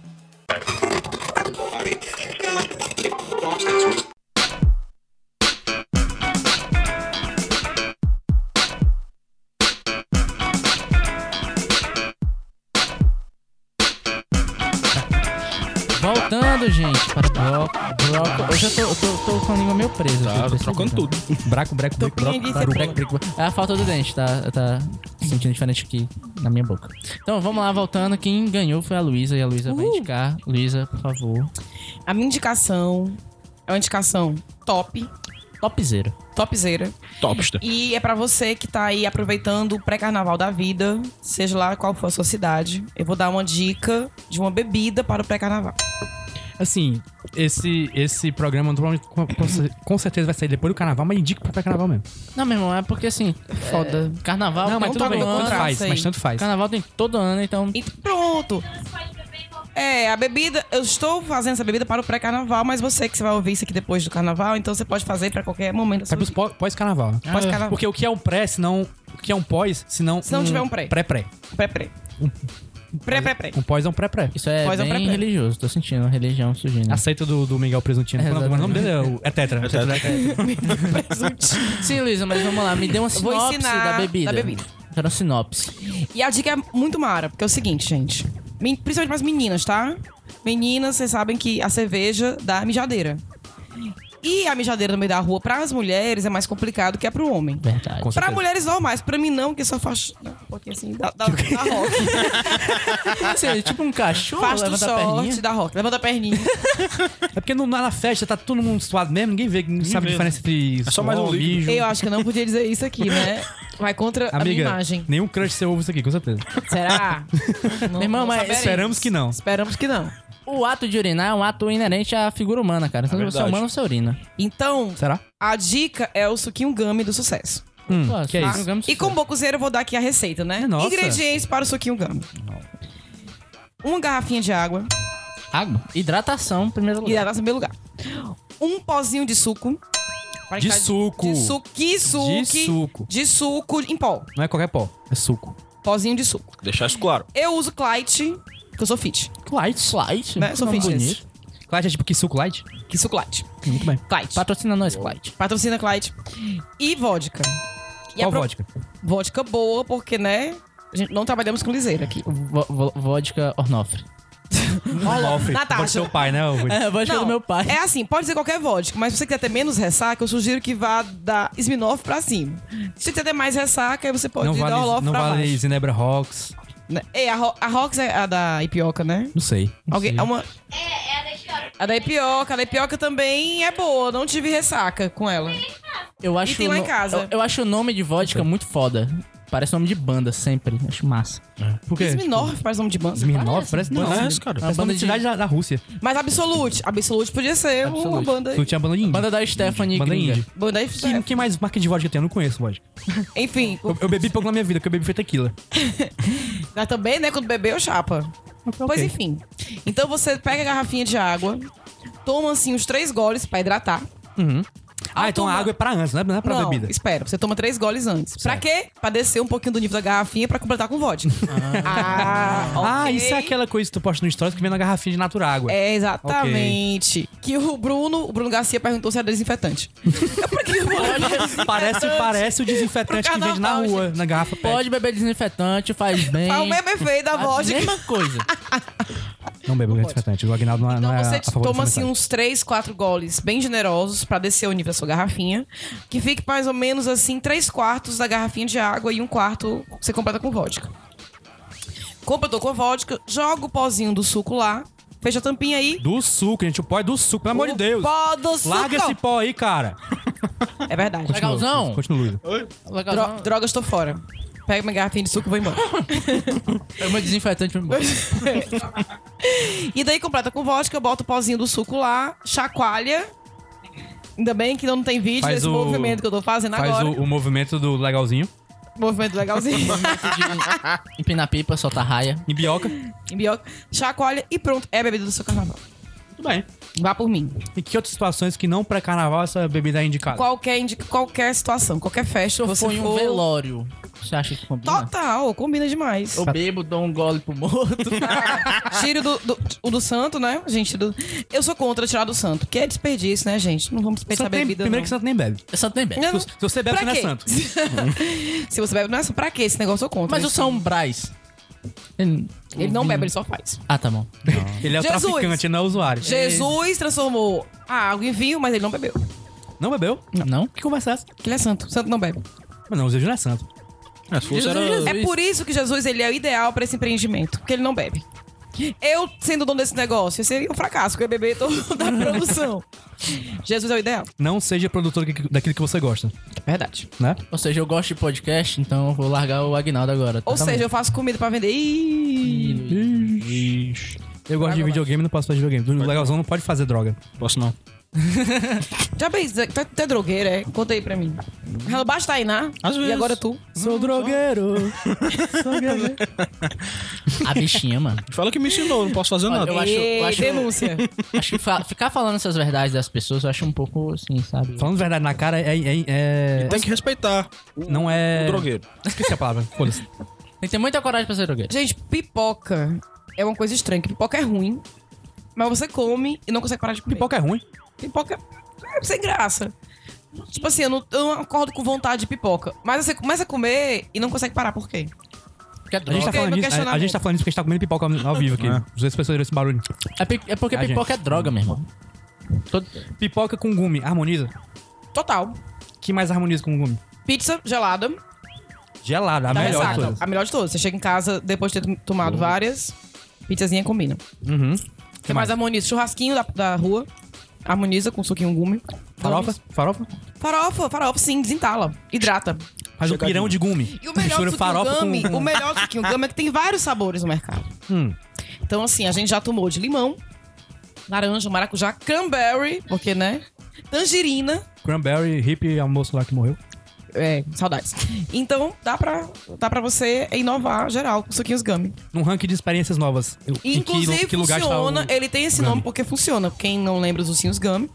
C: Voltando, gente, para o bloco. bloco. Eu já tô, eu tô, tô com a língua meio presa.
F: Tá,
C: tô
F: trocando tudo.
E: Braco, breco, breco,
D: Topinha
E: broco,
D: de
E: braco,
D: cebola.
E: breco, breco.
C: É a falta do dente, tá, tá sentindo diferente aqui na minha boca. Então, vamos lá, voltando. Quem ganhou foi a Luísa e a Luísa vai
D: Uhul.
C: indicar. Luísa, por favor.
D: A minha indicação é uma indicação top,
C: Topzera.
D: topzera.
F: Topster.
D: E é pra você que tá aí aproveitando o pré-carnaval da vida, seja lá qual for a sua cidade. Eu vou dar uma dica de uma bebida para o pré-carnaval.
E: Assim, esse, esse programa provavelmente, com, com- com certeza vai sair depois do carnaval, mas indica pra carnaval mesmo.
C: Não, meu irmão, é porque assim.
D: Foda.
C: é, carnaval
E: não, mas
C: tem
E: tudo
D: tá
E: bem,
C: todo
D: no
E: tanto
D: contrato
C: ano.
E: faz,
D: aí.
E: mas tanto faz.
C: Carnaval tem todo ano, então.
D: E pronto. É, a bebida, eu estou fazendo essa bebida para o pré-carnaval, mas você que você vai ouvir isso aqui depois do carnaval, então você pode fazer pra qualquer momento da
E: Vai
D: sua
E: pros pó-
D: vida.
E: pós-carnaval. né?
D: Pós-carnaval.
E: Porque o que é um pré, senão. O que é um pós, senão.
D: Se não tiver um pré.
E: Pré-pré.
D: Pré-pré. Pré-pré-pré.
E: Um pós é um pré-pré.
C: Isso é
D: Pós é o
C: bem
D: pré-pré.
C: religioso. Tô sentindo a religião surgindo.
E: Aceita do, do Miguel Presuntino.
C: É,
E: Qual é o nome dele é, o, é Tetra.
F: É Tetra.
E: Tetra.
C: Sim, Luísa, mas vamos lá. Me dê uma
D: vou
C: sinopse
D: ensinar
C: da bebida.
D: da bebida.
C: Quero uma sinopse.
D: E a dica é muito mara, porque é o seguinte, gente. Men- Principalmente para as meninas, tá? Meninas, vocês sabem que a cerveja dá mijadeira. E a mijadeira no meio da rua, para as mulheres, é mais complicado que é para o homem.
C: Verdade.
E: Com
D: Pra
E: certeza.
D: mulheres normais, pra mim não, que só faz. não, Um pouquinho assim, da, da, da rock.
C: Assim, é tipo um cachorro
D: faz do
C: levanta a perninha.
D: short, da rock. Levanta a perninha.
E: É porque no, na festa tá todo mundo suado mesmo, ninguém vê, não sabe a diferença entre
F: É só mais um
E: suor,
F: líquido.
E: mijo.
D: Eu acho que eu não podia dizer isso aqui, né? Vai contra a minha
E: Amiga,
D: imagem.
E: nenhum crush seu ouve isso aqui, com certeza. [laughs]
D: Será? Não-
C: Irmão,
D: não
C: mas
D: saberemos.
E: esperamos que não.
D: Esperamos que não.
C: O ato de urinar é um ato inerente à figura humana, cara. Se você é
F: verdade.
C: humano, você urina.
D: Então,
E: Será?
D: a dica é o suquinho gummy do sucesso.
E: Hum,
C: Pô,
E: que é
C: tá.
E: isso?
C: Digamos
D: E com bocuzeiro eu vou dar aqui a receita, né?
E: Nossa.
D: Ingredientes para o suquinho gummy. Uma garrafinha de água.
C: Água. Hidratação, em primeiro
D: E tá
C: lugar.
D: ela em primeiro lugar. Um pozinho de suco. Pra
E: De
D: entrar
E: suco.
D: De suco. Que suco.
E: De suco.
D: De suco em pó.
E: Não é qualquer pó, é suco.
D: Pozinho de suco.
F: Deixar isso claro.
D: Eu uso Clyde, que eu sou fit.
C: Light, light.
D: Né? Sou
C: Nome
D: fitness.
C: bonito.
E: Clyde é tipo que suco light?
D: Que suco Clyde.
E: Muito bem.
D: Clyde.
C: Patrocina nós, Light.
D: Patrocina Clyde. E vodka. E
E: Qual
D: a pro- [laughs]
E: vodka?
D: Vodka boa, porque, né? A gente não trabalhamos com liseira aqui.
C: Vo- vo- Vodka Ornofre.
E: Olha,
D: Natasha.
E: Pode ser o pai, né? Wilfred?
C: É, vodka
D: Não,
C: do meu pai.
D: É assim, pode ser qualquer vodka, mas se você quiser ter menos ressaca, eu sugiro que vá da Smirnoff pra cima. Se você quiser ter mais ressaca, aí você pode
E: Não
D: ir da
E: vale,
D: Olof
E: não
D: pra
E: vale
D: baixo.
E: Ginebra Rocks.
D: Né? Ei, a, Ro- a Rox é a da Ipioca, né?
E: Não sei. não
D: Alguém,
E: sei.
D: é uma,
G: É, é a da história.
D: a da Ipioca, a da Ipioca também é boa, não tive ressaca com ela.
C: Eu acho
D: tem lá
C: o
D: em
C: no-
D: casa.
C: Eu, eu acho o nome de vodka muito foda. Parece nome de banda, sempre. Acho massa.
E: Por quê? Tipo,
D: Smirnoff faz nome de banda.
E: Smirnoff? Parece
F: Não,
E: não.
F: é isso, cara.
E: É uma banda de cidade da, da Rússia.
D: Mas Absolute, Absolute podia ser uma banda...
E: Tu tinha banda de índio.
C: Banda da Stephanie
E: Banda
C: gringa.
E: indie.
D: Banda aí,
E: Que, que mais marca de vodka tem? Eu não conheço vodka.
D: enfim,
E: Eu, eu bebi pouco na minha vida, porque eu bebi foi tequila.
D: Mas também, né? Quando bebeu, chapa. Pois
E: ok.
D: enfim. Então você pega a garrafinha de água, toma assim uns três goles pra hidratar.
E: Ah, então a
D: toma.
E: água é pra antes, não é, não é pra
D: não,
E: bebida.
D: espera. Você toma três goles antes. Pra
E: Certo.
D: quê? Pra descer um pouquinho do nível da garrafinha pra completar com vodka. Ah,
E: Ah,
D: ok.
E: isso é aquela coisa que tu posta no stories que vem na garrafinha de natura água.
D: É, exatamente. Que o Bruno, o Bruno Garcia perguntou se era desinfetante. [laughs] É porque o Bruno-
E: Parece, parece o desinfetante
D: Pro
E: que vende na
D: carnaval,
E: rua, na garrafa pet.
C: Pode beber desinfetante, faz bem.
D: [laughs] Faz o mesmo efeito da
C: Faz
D: vodka.
C: Mesma
D: [laughs]
C: coisa.
E: Não bebo desinfetante. O Agnaldo não,
D: Então
E: não é
D: você
E: a favor dessa
D: toma assim
E: mensagem.
D: uns 3, 4 goles bem generosos pra descer o nível da sua garrafinha, que fique mais ou menos assim 3 quartos da garrafinha de água e um quarto você completa com vodka. Completou com a vodka, joga o pozinho do suco lá, fecha a tampinha aí.
E: Do suco, gente. O é pó é do suco, pelo amor de
D: O
E: Deus.
D: Pó do suco.
E: Larga esse pó aí, cara.
D: É verdade.
E: Continua,
C: Legalzão.
E: Continua, Luiz.
C: Legal.
D: Dro drogas tô fora. Pega minha garrafinha de suco e vou embora.
C: É uma desinfetante
D: [laughs]
C: mesmo.
D: e daí completa com vodka, bota o pozinho do suco lá, chacoalha. Ainda bem que não tem vídeo
E: Faz
D: desse
E: o-
D: movimento que eu tô fazendo
E: Faz
D: agora.
E: o, o movimento do legalzinho.
D: Movimento legalzinho.
C: Empinar pipa, soltar raia.
E: Em bioca.
D: em bioca, chacoalha e pronto, é a bebida do seu carnaval.
E: Tudo bem.
D: Vá por mim.
E: E que outras situações que não pra carnaval essa bebida é indicada?
D: Qualquer, indi- qualquer situação, qualquer festa,
C: Se eu
D: você
C: for em um
D: for-
C: velório, você acha que combina?
D: Total, combina demais. [laughs]
C: Eu bebo, dou um gole pro morto.
D: Tire do, do- o do santo, né? Gente, do- eu sou contra tirar do santo, porque é desperdício, né, gente? Não vamos
E: Santo
D: desperdiçar
E: nem-
D: bebida.
E: primeiro
D: não.
E: que santo nem bebe.
C: Eu só tenho bem.
D: Não, não.
E: Se você bebe, você não
D: Pra
E: é
D: quê?
E: santo.
D: [laughs] Se você bebe, não é só pra quê esse negócio eu contra.
C: Mas o
D: gente.
C: São Brás. Ele,
D: Ele não bebe, ele só faz.
C: Ah, tá bom.
E: Ele é o
D: Jesus.
E: traficante, não é o usuário.
D: Jesus transformou a água em vinho, mas ele não bebeu.
E: Não bebeu?
C: Não?
E: Que conversa é essa?
D: Porque ele é santo. Santo não bebe.
E: Mas não, o Jesus não é santo.
F: É, se fosse
C: Jesus,
F: era...
C: Jesus.
D: É por isso que Jesus ele é o ideal pra esse empreendimento, porque ele não bebe. Eu, sendo dono desse negócio, eu seria um fracasso, porque eu ia beber toda [laughs] da produção. Jesus é o ideal.
E: Não seja produtor que- daquilo que você gosta,
D: Verdade.
E: né?
C: Ou seja, eu gosto de podcast, então eu vou largar o Agnaldo agora.
D: Ou seja, eu faço comida pra vender. Ih,
E: Eu gosto de videogame, não posso fazer videogame. O legalzão não pode fazer droga.
F: Posso não.
D: já bem, tu tu é drogueira, é? Conta aí pra mim. Hello, basta aí, né?
F: Às
D: E
F: vezes.
D: agora tu.
E: Sou drogueiro.
C: A bichinha, mano.
F: Fala que me ensinou, não posso fazer
C: Olha,
F: nada.
C: eu acho-
D: Ei,
C: eu acho- [laughs]
D: denúncia.
C: Acho que fa- ficar falando essas verdades das pessoas, eu acho um pouco assim, sabe?
E: Falando verdade na cara, é. é- é-
F: Tem que respeitar o,
E: não é.
F: o drogueiro.
E: Esqueci a palavra. Foda-se.
C: Tem que ter muita coragem pra ser drogueiro.
D: Gente, pipoca é uma coisa estranha, que pipoca é ruim, mas você come e não consegue parar de comer.
E: Pipoca é ruim.
D: Pipoca é sem graça. Tipo assim, eu não, eu não acordo com vontade de pipoca. Mas você começa a comer e não consegue parar, por quê?
C: Porque é
E: A gente,
C: droga.
E: tá
D: Ok,
E: falando
D: meu
E: disso, a, a gente tá falando isso porque a gente tá comendo pipoca ao ao vivo aqui.
F: É.
E: Os dois pessoas ouviram esse barulho.
C: É pi- é porque
E: A gente-
C: pipoca é droga, meu irmão. Todo-
E: Pipoca com gume, harmoniza.
D: Total.
E: que mais harmoniza com gume?
D: Pizza gelada,
E: Gelada, a
D: da
E: melhor
D: ressaca.
E: de todas.
D: A melhor de todas. Você chega em casa depois de ter tomado várias, pizzazinha combina. O
E: Uhum.
D: que mais harmoniza? Churrasquinho da, da rua, harmoniza com suquinho gume.
E: Farofa? Farofa?
D: Farofa, farofa sim, desentala, hidrata.
E: Faz um pirão de gume.
D: E o melhor do
E: Mistura
D: suquinho
E: farofa
D: gummy,
E: com... um.
D: o melhor do suquinho gummy é que tem vários sabores no mercado.
E: Hum.
D: Então, assim, a gente já tomou de limão, laranja, maracujá, cranberry, porque, né? Tangerina.
E: Cranberry, hippie, almoço lá que morreu.
D: É, saudades. Então, dá pra, dá pra você inovar geral com suquinhos gummy.
E: Num ranking de experiências novas. Eu-
D: Inclusive,
E: lu-
D: funciona.
E: está o-
D: Ele tem esse
E: gummy?
D: nome porque funciona. Quem não lembra os ursinhos gummy.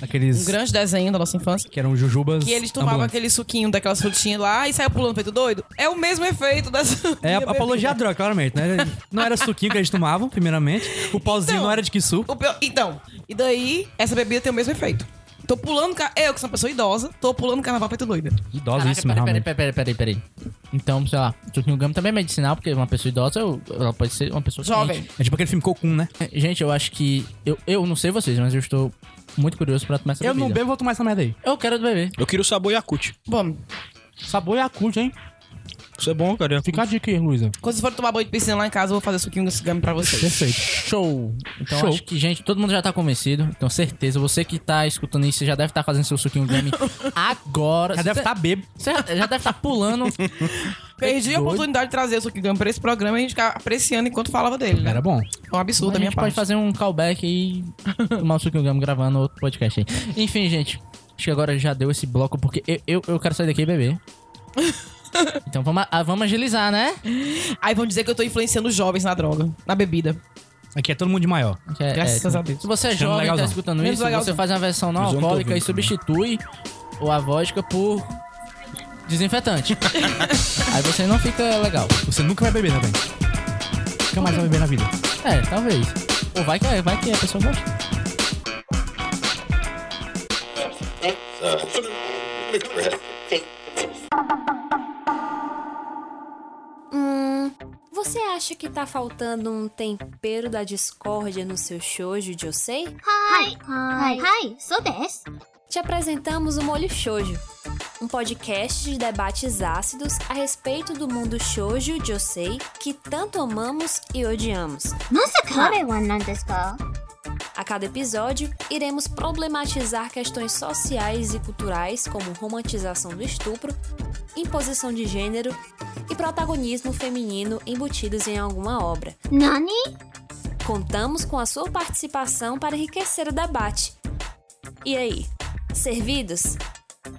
E: Aqueles
D: Um grande desenho da nossa infância.
E: que eram jujubas.
D: Que eles tomavam
E: ambulantes.
D: aquele suquinho daquelas frutinhas lá e saiu pulando feito doido. É o mesmo efeito dessa.
E: É
D: minha
E: a
D: bebida.
E: apologia à droga, claramente, né? Não era suquinho que eles tomavam, primeiramente. O pauzinho
D: Então-
E: não era de que suco.
D: O pior- Então, e daí, essa bebida tem o mesmo efeito. Tô pulando. ca- Eu, que sou uma pessoa idosa, tô pulando carnaval feito doida.
E: Idosa
C: Caraca,
E: isso,
C: peraí,
E: realmente.
C: peraí, peraí, peraí, peraí. Então, sei lá, o suquinho gama também é medicinal, porque uma pessoa idosa, eu- ela pode ser uma pessoa
D: Jovem.
C: doente.
E: É tipo aquele filme Cocum, né?
C: Gente, eu acho que... Eu, eu não sei vocês, mas eu estou muito curioso pra tomar essa
E: Eu
C: bebida.
E: não bebo, vou tomar essa merda aí.
C: Eu quero beber.
F: Eu queria o sabor Yakut.
D: Bom,
E: Sabor Yakult, hein?
F: Isso é bom, cara. Yakult.
E: Fica a dica aí, Luísa.
D: quando vocês forem tomar banho de piscina lá em casa, eu vou fazer suquinho desse game pra
E: [laughs]
D: vocês.
E: Perfeito.
C: Show! Então
E: Show.
C: acho que, gente, todo mundo já tá convencido. Então, certeza, você que tá escutando isso, você já deve estar fazendo seu suquinho
D: [laughs]
C: game agora.
D: tá-
E: Já deve estar bebo.
C: Você já, já deve estar
D: [laughs]
C: pulando.
D: Perdi a
C: Doido.
D: oportunidade de trazer o suquinho game pra esse programa e a gente ficar apreciando enquanto falava dele. Né?
E: Era bom.
D: É um absurdo
C: a
D: da minha
C: gente pode
D: parte.
C: fazer um callback e tomar um suquinho game gravando outro podcast aí. Enfim, gente. Acho que agora já deu esse bloco, porque eu, eu, eu quero sair daqui e
D: [laughs]
C: beber. Então vamos, ah, vamos agilizar, né?
D: Aí vão dizer que eu tô influenciando os jovens na droga, na bebida.
E: Aqui é todo mundo de maior.
C: Que é-
D: Graças
C: é,
D: a Deus.
C: Se você é
E: Achando
C: jovem e tá
E: legalzão.
C: escutando
D: Menos
C: isso,
D: legalzão.
C: você faz uma versão não
F: Mas eu não tô
C: alcoólica
E: né?
C: e
F: ouvindo também.
C: substitui o a vodka por
E: [laughs]
C: desinfetante. Aí você não fica legal.
E: Você nunca vai beber, né, velho? Nunca mais vai beber na vida.
C: É, talvez. Ou vai que, é, vai que a pessoa gosta.
H: Hum, você acha que tá faltando um tempero da discórdia no seu shoujo josei?
I: はい、はい、そうです。
H: Te apresentamos o Molho Shoujo, um podcast de debates ácidos a respeito do mundo shoujo josei que tanto amamos e odiamos.
I: まさか彼は何ですか
H: A cada episódio, iremos problematizar questões sociais e culturais como romantização do estupro, imposição de gênero e protagonismo feminino embutidos em alguma obra.
I: 何
H: Contamos com a sua participação para enriquecer o debate. E aí, servidos?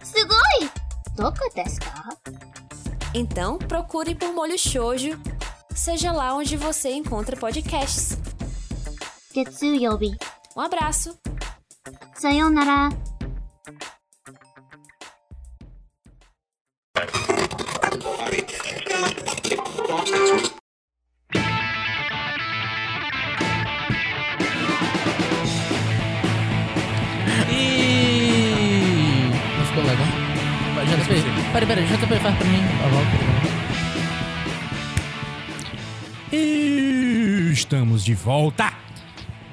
I: すごいどこですか
H: Então procure por Molho Shoujo, seja lá onde você encontra podcasts.
I: 月曜日。
H: Um abraço!
I: さようなら。
C: E... Não ficou legal? JP, peraí, peraí, JP faz pra mim. Tá a volta.
E: E estamos de volta.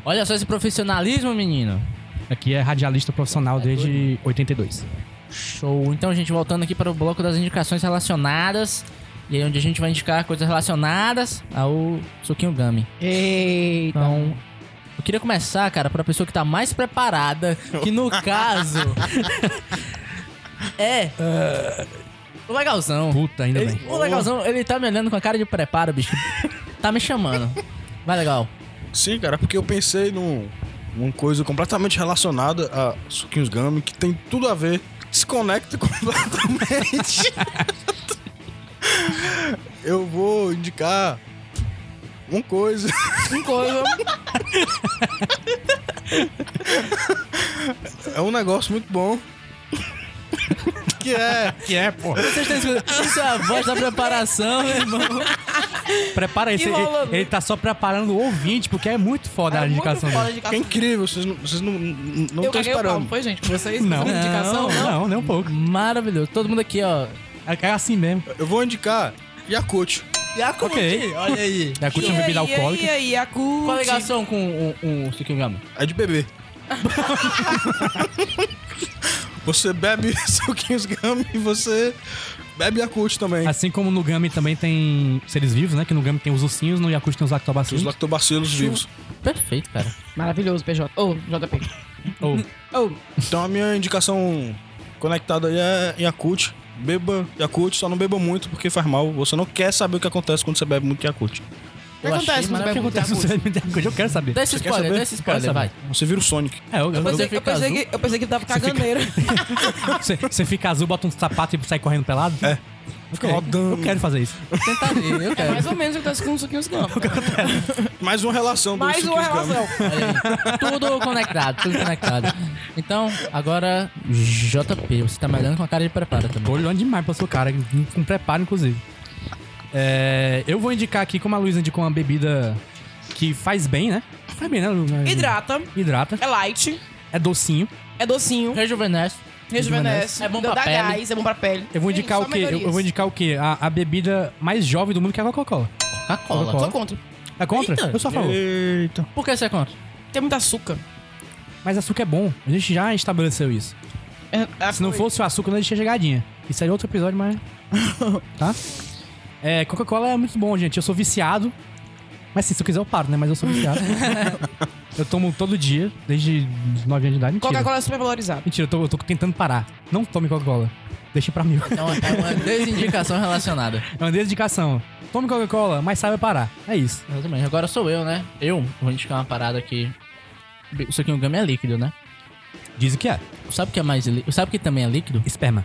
C: Olha só esse profissionalismo, menino.
E: Aqui é radialista profissional desde 82.
C: Show. Então, gente, voltando aqui para o bloco das indicações relacionadas. E aí, onde a gente vai indicar coisas relacionadas ao Suquinho Gami.
D: Eita.
C: Então, eu queria começar, cara, pra pessoa que tá mais preparada, que no caso é o legalzão.
E: Puta, ainda
C: Ele-
E: bem.
C: o legalzão, ele tá me olhando com a cara de preparo, bicho. tá me chamando. Vai legal.
F: Sim, cara, porque eu pensei num, numa coisa completamente relacionada a Suquinhos Gami, que tem tudo a ver, se conecta [laughs] completamente. [laughs] eu vou indicar uma coisa.
D: Que coisa.
F: É um negócio muito bom. [laughs] Que é.
E: Que é, pô.
C: Vocês estão escutando? Isso é a voz da preparação, meu irmão.
E: Prepara isso.
D: Que
E: Ele,
D: rolando.
E: ele tá só preparando o ouvinte, porque é muito foda a
D: É muito
E: indicação
D: foda
E: dele.
D: a
F: Que é
D: indicação.
F: incrível, vocês não estão não, não tão
D: Eu caguei o pau,
F: esperando.
D: não foi, gente? Com Vocês?
E: Não.
D: Não. Indicação? né? Não.
E: Não, nem um pouco.
C: Maravilhoso. Todo mundo aqui, ó.
E: É é assim mesmo.
F: Eu vou indicar Yakut.
C: Yakut,
E: Ok.
C: olha aí.
E: É a
D: E
E: última bebida
D: aí,
E: alcoólica.
D: E aí, a
C: Qual a ligação com o um, um Suquinho Gami?
F: É de bebê. [laughs] você bebe [laughs] suquinhos gami e você bebe Yakut também.
E: Assim como no Gami também tem seres vivos, né? Que no Gami tem os ursinhos, no Yakult tem os
F: Os
E: lactobacilos.
F: lactobacilos vivos.
C: Perfeito, cara.
D: Maravilhoso, PJ. Ô, JP.
E: Ou [laughs]
D: Ô,
F: Então a minha indicação conectada aí é Yakut. Beba Yakut, só não beba muito porque faz mal. Você não quer saber o que acontece quando você bebe muito Yakut.
D: que
C: Eu
D: acontece
C: achei
D: quando
E: O que
C: maravilhoso.
E: acontece se você Eu quero saber.
C: Dá esse
F: Você quer
C: spoiler,
F: saber?
C: dá esse
E: Eu quero
C: spoiler, vai.
F: [laughs]
E: saber.
F: Você vira o Sonic.
E: É, eu, eu,
D: Eu
C: Você
D: pensei, eu,
C: fica
D: pensei
C: azul.
D: que, eu pensei que ele tava
E: Você fica-
D: caganeiro.
E: você, você fica azul, bota um sapato e sai correndo pelado? É.
F: Fica rodando.
E: Eu quero fazer isso.
C: Tentaria, eu
D: É
C: quero.
D: mais ou menos o que acontece com o
E: [laughs]
D: Suquinhos Gama.
E: tá
F: Mais uma relação
E: um
F: do
D: Mais
F: Suki
D: uma
F: e os Gummy.
D: relação.
C: Aí, tudo conectado, tudo conectado. Então, agora, JP, você tá me olhando com a cara de preparo
E: Tô
C: também.
E: olhando demais pra sua cara, com preparo, inclusive. É, eu vou indicar aqui, como a Luísa indicou uma bebida que faz bem, né? Faz bem, né, Lu?
D: Hidrata,
E: Hidrata.
D: é light,
E: É docinho.
D: é docinho,
C: Rejuvenesce.
D: rejuvenesce,
C: É bom
D: dá
C: pra
D: dá
C: pele.
D: gás, é bom pra pele.
E: Eu vou indicar
D: Sim,
E: o
D: só
E: quê? Eu, eu
D: melhorias.
E: vou indicar o quê? A, a bebida mais jovem do mundo que é a Coca-Cola.
C: Coca-Cola.
E: Coca-Cola.
D: Sou contra.
E: É contra?
C: Eita.
E: Eu sou a favor.
F: Eita.
C: Por que você é contra?
D: Tem muito açúcar.
E: Mas açúcar é bom. A gente já estabeleceu isso.
D: É- é-
E: Se não fosse o açúcar, não tinha chegadinha. Isso seria outro
C: [laughs]
E: episódio, mas. tá? É, Coca-Cola é muito bom, gente. Eu sou viciado. Mas assim, se eu quiser, eu paro, né? Mas eu
C: [laughs]
E: sou viciado. eu tomo todo dia, desde os 9 anos de idade. Mentira.
D: Coca-Cola é super valorizada.
E: Mentira, eu tô, eu tô tentando parar. Não tome Coca-Cola. Deixa pra mim.
C: Então, é uma desindicação relacionada.
E: É uma dedicação. Tome Coca-Cola, mas saiba parar. É isso.
C: Exatamente. Agora sou eu, né? Eu vou indicar uma parada aqui. Isso aqui é um gama é líquido, né?
E: Diz o que é.
C: Sabe o que é mais líquido? Sabe o que também é líquido?
E: Esperma.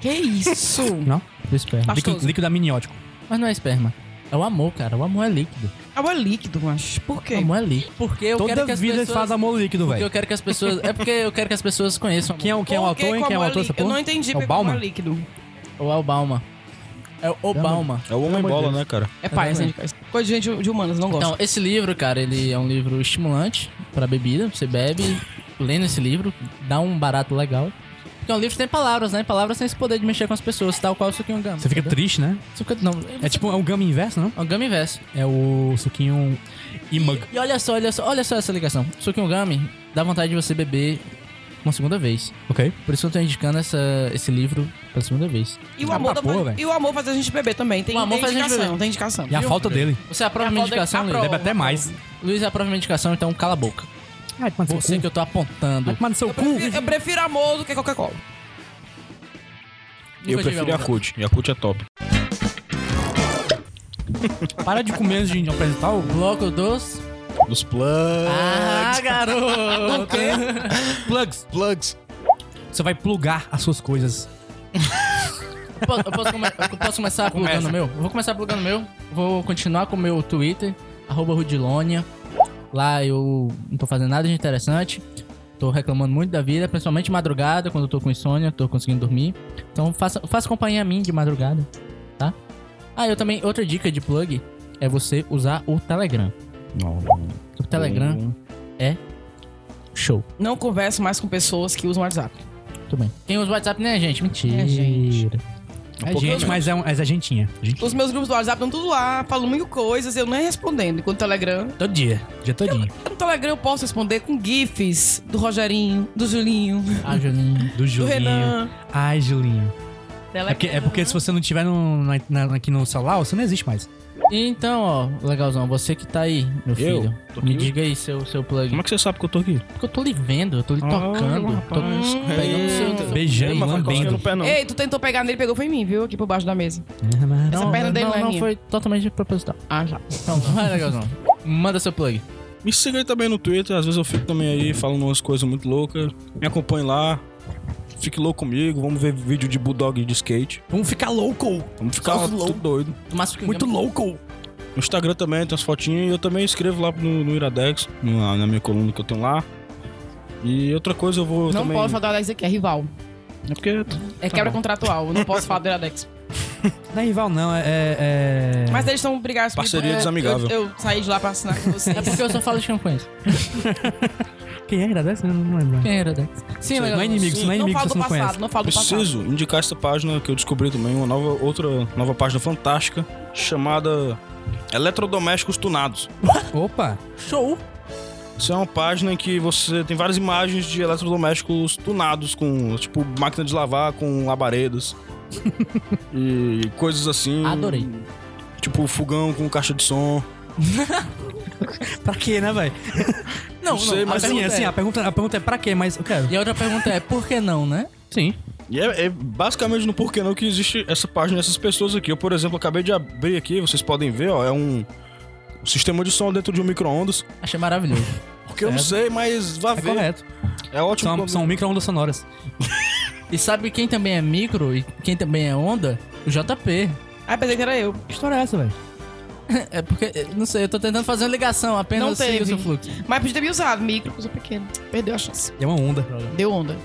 D: Que isso? [laughs]
E: Não?
C: Esperma.
E: Líquido,
D: Pastoso.
E: líquido amniótico.
C: Mas não é esperma. É o amor, cara. O amor é líquido.
D: Água líquido, mas por quê?
C: O amor é líquido. Porque eu quero
E: Toda
C: que as
E: vida
C: pessoas...
E: faz amor líquido,
C: Porque eu
E: velho.
C: quero que as pessoas... É porque eu quero que as pessoas conheçam o
E: Quem é o, quem é o
D: Por
E: autor,
D: que
E: hein?
D: com
E: Quem é o
D: água
E: autor dessa
D: líquida? Eu
E: porra?
D: não entendi
E: É
D: porque
E: o
D: com água
E: Bauman?
D: líquido.
C: amor. O Albalma. É o Obalma.
F: É o homem bola, né, cara?
D: É pai,
C: Exatamente.
D: essa indicação. Coisa de gente de humanas, não gosto.
C: Então, esse livro, cara, ele é um livro estimulante pra bebida. Você bebe lendo esse livro, dá um barato legal. Porque é um livro que tem palavras, né? Palavras têm esse poder de mexer com as pessoas, tal qual o suquinho gama.
E: Você fica
C: entendeu?
E: triste, né?
C: Você fica- Não,
E: É tipo, é um gama inverso, não?
C: É um gama inverso.
E: É o suquinho imag.
C: E olha só, olha só, olha só essa ligação. Suquinho Gami dá vontade de você beber uma segunda vez.
E: Ok.
C: Por isso que eu tô indicando essa, esse livro pela segunda vez.
D: E o,
E: Ah,
D: amor
E: pra
D: da-
E: porra, velho.
D: e o amor faz a gente beber também. Tem,
C: O amor
D: tem
C: faz a gente
D: indicação,
C: beber.
D: tem indicação.
E: E a falta dele.
C: Você aprova a minha
D: Aprovo,
C: indicação, Luiz?
D: aprovo.
E: Bebe até mais.
C: Luiz aprova a minha indicação, então cala a boca.
E: Ai, tomar no
C: Você
E: seu
C: que
E: cu.
C: eu tô apontando.
E: Vai tomar no seu
D: Eu
E: cu.
D: prefiro, eu prefiro amor do que Coca-Cola.
F: Eu
C: Nunca tive
F: prefiro
C: amor.
F: Yakut. Yakut é top.
E: Para de comer antes de apresentar o.
C: Bloco dos.
F: Dos plugs.
C: Ah, garoto!
E: [laughs] Plugs.
F: Plugs.
E: Você vai plugar as suas coisas.
C: Eu posso, eu posso come- eu posso começar plugando o meu? Eu vou começar plugando o meu. Vou continuar com o meu Twitter, arroba Rudilonia. Lá eu não tô fazendo nada de interessante. Tô reclamando muito da vida, principalmente madrugada, quando eu tô com insônia, tô conseguindo dormir. Então faça, faça companhia a mim de madrugada, tá? Ah, eu também, outra dica de plug é você usar o Telegram. O Telegram é show.
D: Não converso mais com pessoas que usam WhatsApp.
C: Tudo bem. Quem usa o WhatsApp nem é gente, mentira.
D: É gente.
E: É
F: pouco
E: gente,
F: menos.
E: mas é, um, mas é gentinha. Gente.
D: Os meus grupos do WhatsApp estão tudo lá, falando mil coisas, eu nem respondendo. Enquanto o Telegram.
E: Todo dia. Dia todinho.
D: No Telegram eu posso responder com GIFs do Rogerinho, do Julinho,
C: Ah, Julinho.
E: Do
D: do
E: Julinho.
D: Renan.
E: Ai, Julinho.
D: Telegram.
E: É porque, é porque se você não tiver no, na- na- aqui no celular, você não existe mais.
C: Então, ó, legalzão, você que tá aí, meu filho,
F: Tô
C: me
F: aqui.
C: diga aí seu, seu plug.
F: Como é que você sabe que eu tô aqui?
C: Porque eu tô lhe vendo, eu tô lhe tocando, tô pegando seu... seu-
E: Beijando,
F: Mas vai coçando
E: lambendo.
F: um no pé, não.
D: Ei, tu tentou pegar nele, pegou foi em mim, viu? Aqui por baixo da mesa. Essa
C: Não,
D: perna dele não
C: não,
D: é
C: não
D: minha.
C: foi totalmente proposital.
D: Ah, já.
C: Então, [laughs] vai, legalzão. Manda seu plug.
F: Me siga aí também no Twitter, às vezes eu fico também aí falando umas coisas muito loucas. Me acompanhe lá. Fique louco comigo, vamos ver vídeo de Bulldog de skate.
E: Vamos ficar louco.
F: Vamos ficar
E: Só os
F: tudo
E: louco.
F: doido.
C: Tomás
E: Muito louco.
F: No Instagram também tem umas fotinhas e eu também escrevo lá no, no Iradex, na, na minha coluna que eu tenho lá. E outra coisa eu vou
D: não
F: também...
D: posso falar do Iradex aqui, é rival.
F: É porque...
D: É quebra contratual, eu não posso falar do Iradex.
E: Não é rival, não. É. é- é-
D: Mas eles estão brigados comigo.
F: Parceria
D: Eu-
F: desamigável.
D: Eu, eu saí de lá pra assinar com vocês.
C: É porque eu só falo de campanhas.
E: Quem é? Agradece? Eu Não lembro.
C: Quem era, Dex? Sim,
E: Não é
C: legalzão.
E: inimigo,
F: Sim.
E: isso não é
D: não
E: inimigo que você
D: falo do
E: não
D: passado,
E: conhece.
D: não falo do passado.
F: Preciso indicar essa página que eu descobri também, uma nova, outra nova página fantástica, chamada Eletrodomésticos Tunados.
E: Opa!
C: Show!
F: Isso é uma página em que você tem várias imagens de eletrodomésticos tunados, com tipo máquina de lavar, com labaredas [laughs] e coisas assim.
C: Adorei.
F: Tipo fogão com caixa de som.
E: Pra quê, né, [laughs] velho?
C: Não, não,
F: sei,
C: a
F: mas
E: Assim,
C: pergunta
E: assim,
C: é-
E: a pergunta, a pergunta é pra quê, mas eu quero.
C: E a outra pergunta é, por que não, né?
E: Sim.
F: E é, é basicamente no porquê não que existe essa página dessas pessoas aqui. Eu, por exemplo, acabei de abrir aqui, vocês podem ver, ó, é um um sistema de som dentro de um micro-ondas.
C: Achei maravilhoso.
F: Porque eu não
E: Certo.
F: sei, mas vá
E: É
F: ver.
E: correto.
F: É ótimo.
E: São,
F: quando-
E: são micro-ondas sonoras.
C: E sabe quem também é micro e quem também é onda? O JP.
D: Ah, pensei que era eu.
E: Que história é essa, velho?
C: É porque, eh, não sei, eu tô tentando fazer uma ligação, apenas
D: Não
C: siga o seu
D: teve.
C: fluxo.
D: Mas podia ter me usado. Micro, coisa pequena. Perdeu a chance.
E: É uma onda.
D: Deu onda.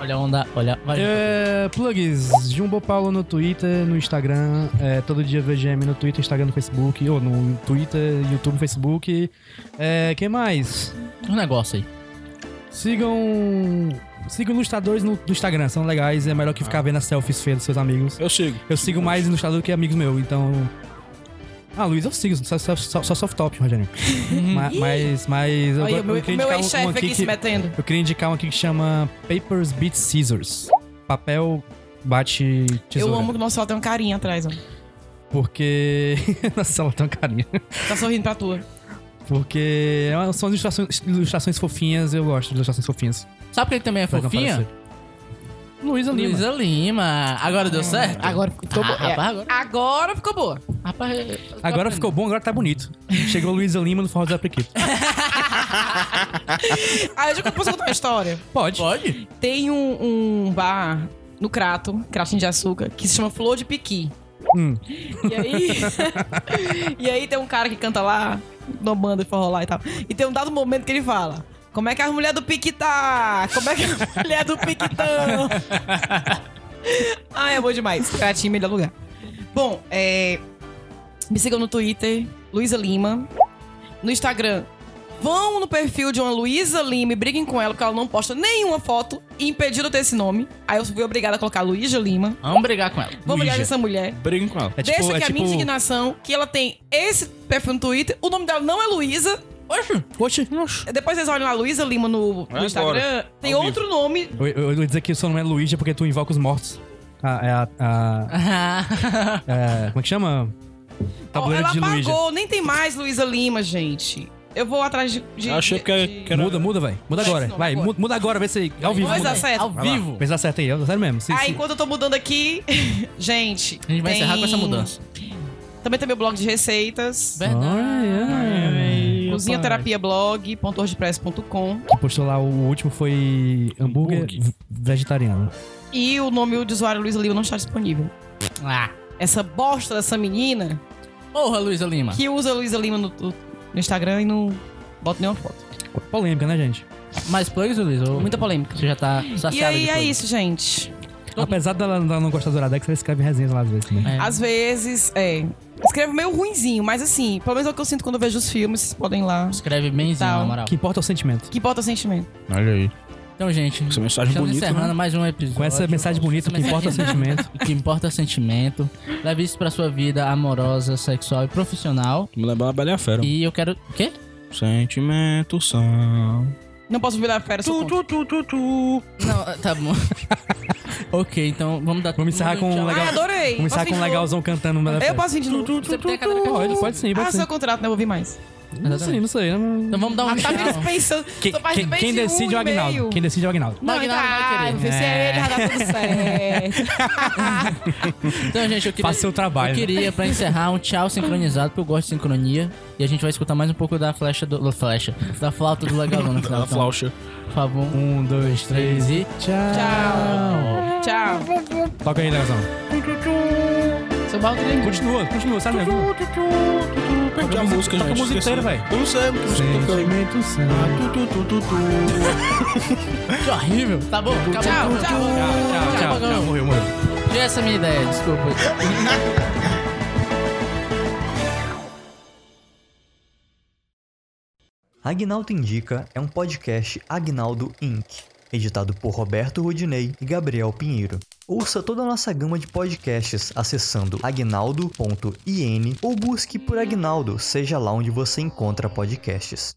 C: Olha a onda, olha. Vai,
E: É, plugs, Jumbo Paulo no Twitter, no Instagram, é, todo dia VGM no Twitter, Instagram, no Facebook, ou no Twitter, YouTube, Facebook. É, quem mais?
C: um negócio aí.
E: Sigam. Sigam ilustradores no, do Instagram, são legais, é melhor que ficar vendo as selfies feias dos seus amigos.
F: Eu sigo.
E: Eu sigo mais ilustrador que amigos meus, então. Ah, Luiz, eu sigo, só, só, só, só soft top, Rogério. Ma- mas, mas. eu
D: Aí,
E: go-
D: o Uhum. meu,
E: eu queria
D: meu
E: indicar um- um
D: ex-chefe
E: aqui
D: aqui se
E: que-
D: metendo.
E: eu queria indicar um aqui que chama Papers Beat Scissors. Papel bate tesoura.
D: Eu amo que o nosso celular tem um carinha atrás, ó.
E: Porque... [laughs] Nossa, ela tá uma carinha.
D: Tá sorrindo pra tua.
E: Porque é uma- são ilustrações, ilustrações fofinhas, eu gosto de ilustrações fofinhas.
C: Sabe quem também é
E: pra não
C: fofinha?
E: aparecer. Luísa Lima.
C: Luísa Lima. Agora deu certo?
D: [laughs] Agora ficou
C: Ah,
D: boa. É,
C: rapaz, agora,
D: Agora ficou boa.
C: rapaz, eu- eu tô
E: Agora
C: aprendendo.
E: ficou bom, agora tá bonito. Chegou Luísa Lima no Forró do Zé Prequito.
D: Aí eu já posso contar uma história.
E: [laughs] Pode.
C: Pode?
D: Tem um, um bar no Crato, Cratinho de Açúcar, que se chama Flor de Piqui.
E: Hum.
D: E aí. e aí [laughs] tem um cara que canta lá, numa banda de forró lá e tal. E tem um dado momento que ele fala. Como é que as mulheres do pique tá? Como é que as [laughs] mulheres do pique tão? [laughs] Ai, é bom demais. Cratinho, melhor lugar. Bom, é... Me sigam no Twitter, Luísa Lima. No Instagram, vão no perfil de uma Luísa Lima e briguem com ela, porque ela não posta nenhuma foto. E impediram ter esse nome. Aí eu fui obrigada a colocar Luísa Lima.
C: Vamos brigar com ela.
D: Vamos
E: Luísa.
D: brigar com essa mulher.
F: Briguem com ela.
E: É
D: Deixa
E: tipo,
D: que
E: é
D: a minha
E: tipo...
D: indignação, que ela tem esse perfil no Twitter, o nome dela não é Luísa.
C: Oxe,
E: Oxe,
D: [laughs] Depois vocês olham lá, Luísa Lima no, no
F: Agora,
D: Instagram. Tem
F: ao
D: outro nome.
E: eu, eu, eu ia dizer que o seu nome é Luísa porque tu invoca os mortos. Ah, é a... a- é, como é que chama?
D: Ó,
E: Tabuleiro Tá
D: ela
E: de Luísa.
D: apagou, nem tem mais Luísa Lima, gente. Eu vou atrás de. de
F: Eu achei
D: de-
F: que é- era-
D: de-
F: que era-
E: Muda, muda, vai. Muda agora.
D: Não,
E: Vai,
D: agora.
E: mu- muda agora, vê se é ao vivo.
D: Pois é.
E: muda.
D: dá certo.
C: Ao
E: Vai lá,
C: vivo.
E: Vê se dá certo aí, é sério mesmo. Se,
D: Aí,
E: se-
D: enquanto eu tô mudando aqui. [laughs] gente.
C: A gente vai encerrar com essa mudança.
D: Também tem meu blog de receitas.
E: Olha.
D: Cozinhaterapiablog.wordpress.com
E: Que postou lá, o último foi hambúrguer, v- vegetariano.
D: E o nome de usuário Luísa Lima não está disponível.
C: Ah.
D: Essa bosta dessa menina
C: Porra, Luísa Lima.
D: que usa Luísa Lima no, no Instagram e não bota nenhuma foto.
E: Polêmica, né, gente?
C: Mais plugs, Luísa? Ou-
D: Muita polêmica.
C: Você já tá saciado
D: E aí
C: de
D: é
C: plugs?
D: isso, gente.
E: Apesar dela, dela não gostar do Iradex, ela escreve resenhas lá às vezes também.
C: É.
D: Às vezes, é. Escrevo meio ruinzinho, mas assim, pelo menos é o que eu sinto quando eu vejo os filmes, vocês podem ir lá.
C: Escreve benzinho,
D: Tal.
C: na moral.
E: O que importa é o sentimento.
D: Que bota sentimento.
F: Olha aí.
C: Então, gente,
F: Essa mensagem
C: estamos
F: bonita,
C: encerrando
F: né?
C: mais um episódio.
E: Com essa mensagem bonita, o que importa é o
C: [laughs]
E: sentimento.
C: O que importa é sentimento. Leve isso pra sua vida amorosa, sexual e profissional.
F: Me lembra uma bela e a fera.
C: E eu quero. O quê?
F: Sentimentos são.
D: Não posso virar fera, sou contra.
C: Não, tá bom. [laughs] ok, então vamos dar
E: Vamos encerrar
C: todo mundo
E: com
C: um
E: um
C: tchau.
E: legal.
D: Ah, adorei.
E: Vamos
D: [laughs]
E: começar
D: Posso vir
E: com um
D: de novo?
E: legalzão cantando uma
D: Eu posso vir de novo.
C: Você tem a cara que-
E: Pode, pode sim, pode
D: Ah,
E: sim.
D: seu contrato, não vou ouvir mais.
E: Não sei, não sei. né? não-
C: Então vamos dar um
D: Tá me
C: tchau.
D: dispensando.
E: Quem,
D: Só faz
E: quem-
D: bem
E: quem
D: de um
E: decide é o
D: e meio.
E: Agnaldo. Quem decide é o Agnaldo.
D: Não,
C: Não,
D: ainda
C: Aguinaldo vai
D: vai
C: querer.
D: querer. Se é ele, já dá
E: [laughs]
D: tudo certo.
C: Então, gente, eu queria.
E: Faça seu trabalho. né?
C: Eu queria, pra encerrar, um tchau sincronizado, porque eu gosto de sincronia. E a gente vai escutar mais um pouco da flecha do. da Flecha. Da flauta do
E: [laughs]
C: Legalão no final.
F: Da
C: Então,
F: flaucha.
C: por favor. Um,
E: Um, dois, três
C: três
E: e.
C: e.
D: Tchau. Tchau.
E: Toca aí, Leozão.
D: Seu balde
E: Continua, continua, sabe? mesmo?
F: Perdi é a música, gente.
E: Toca a música
F: esqueci.
E: inteira, vai.
F: Eu não sei, porque música eu toquei.
E: Sentimento santo.
F: Tu, tu, tu, tu, tu.
C: Que horrível. Tá bom, acabou.
D: Tchau, tchau.
E: Tchau, tchau, tchau. Morreu, morreu.
C: E essa é a minha ideia, desculpa.
A: Agnaldo Indica é um podcast Agnaldo Inc., editado por Roberto Rodinei e Gabriel Pinheiro. Ouça toda a nossa gama de podcasts acessando agnaldo.in ou busque por Agnaldo, seja lá onde você encontra podcasts.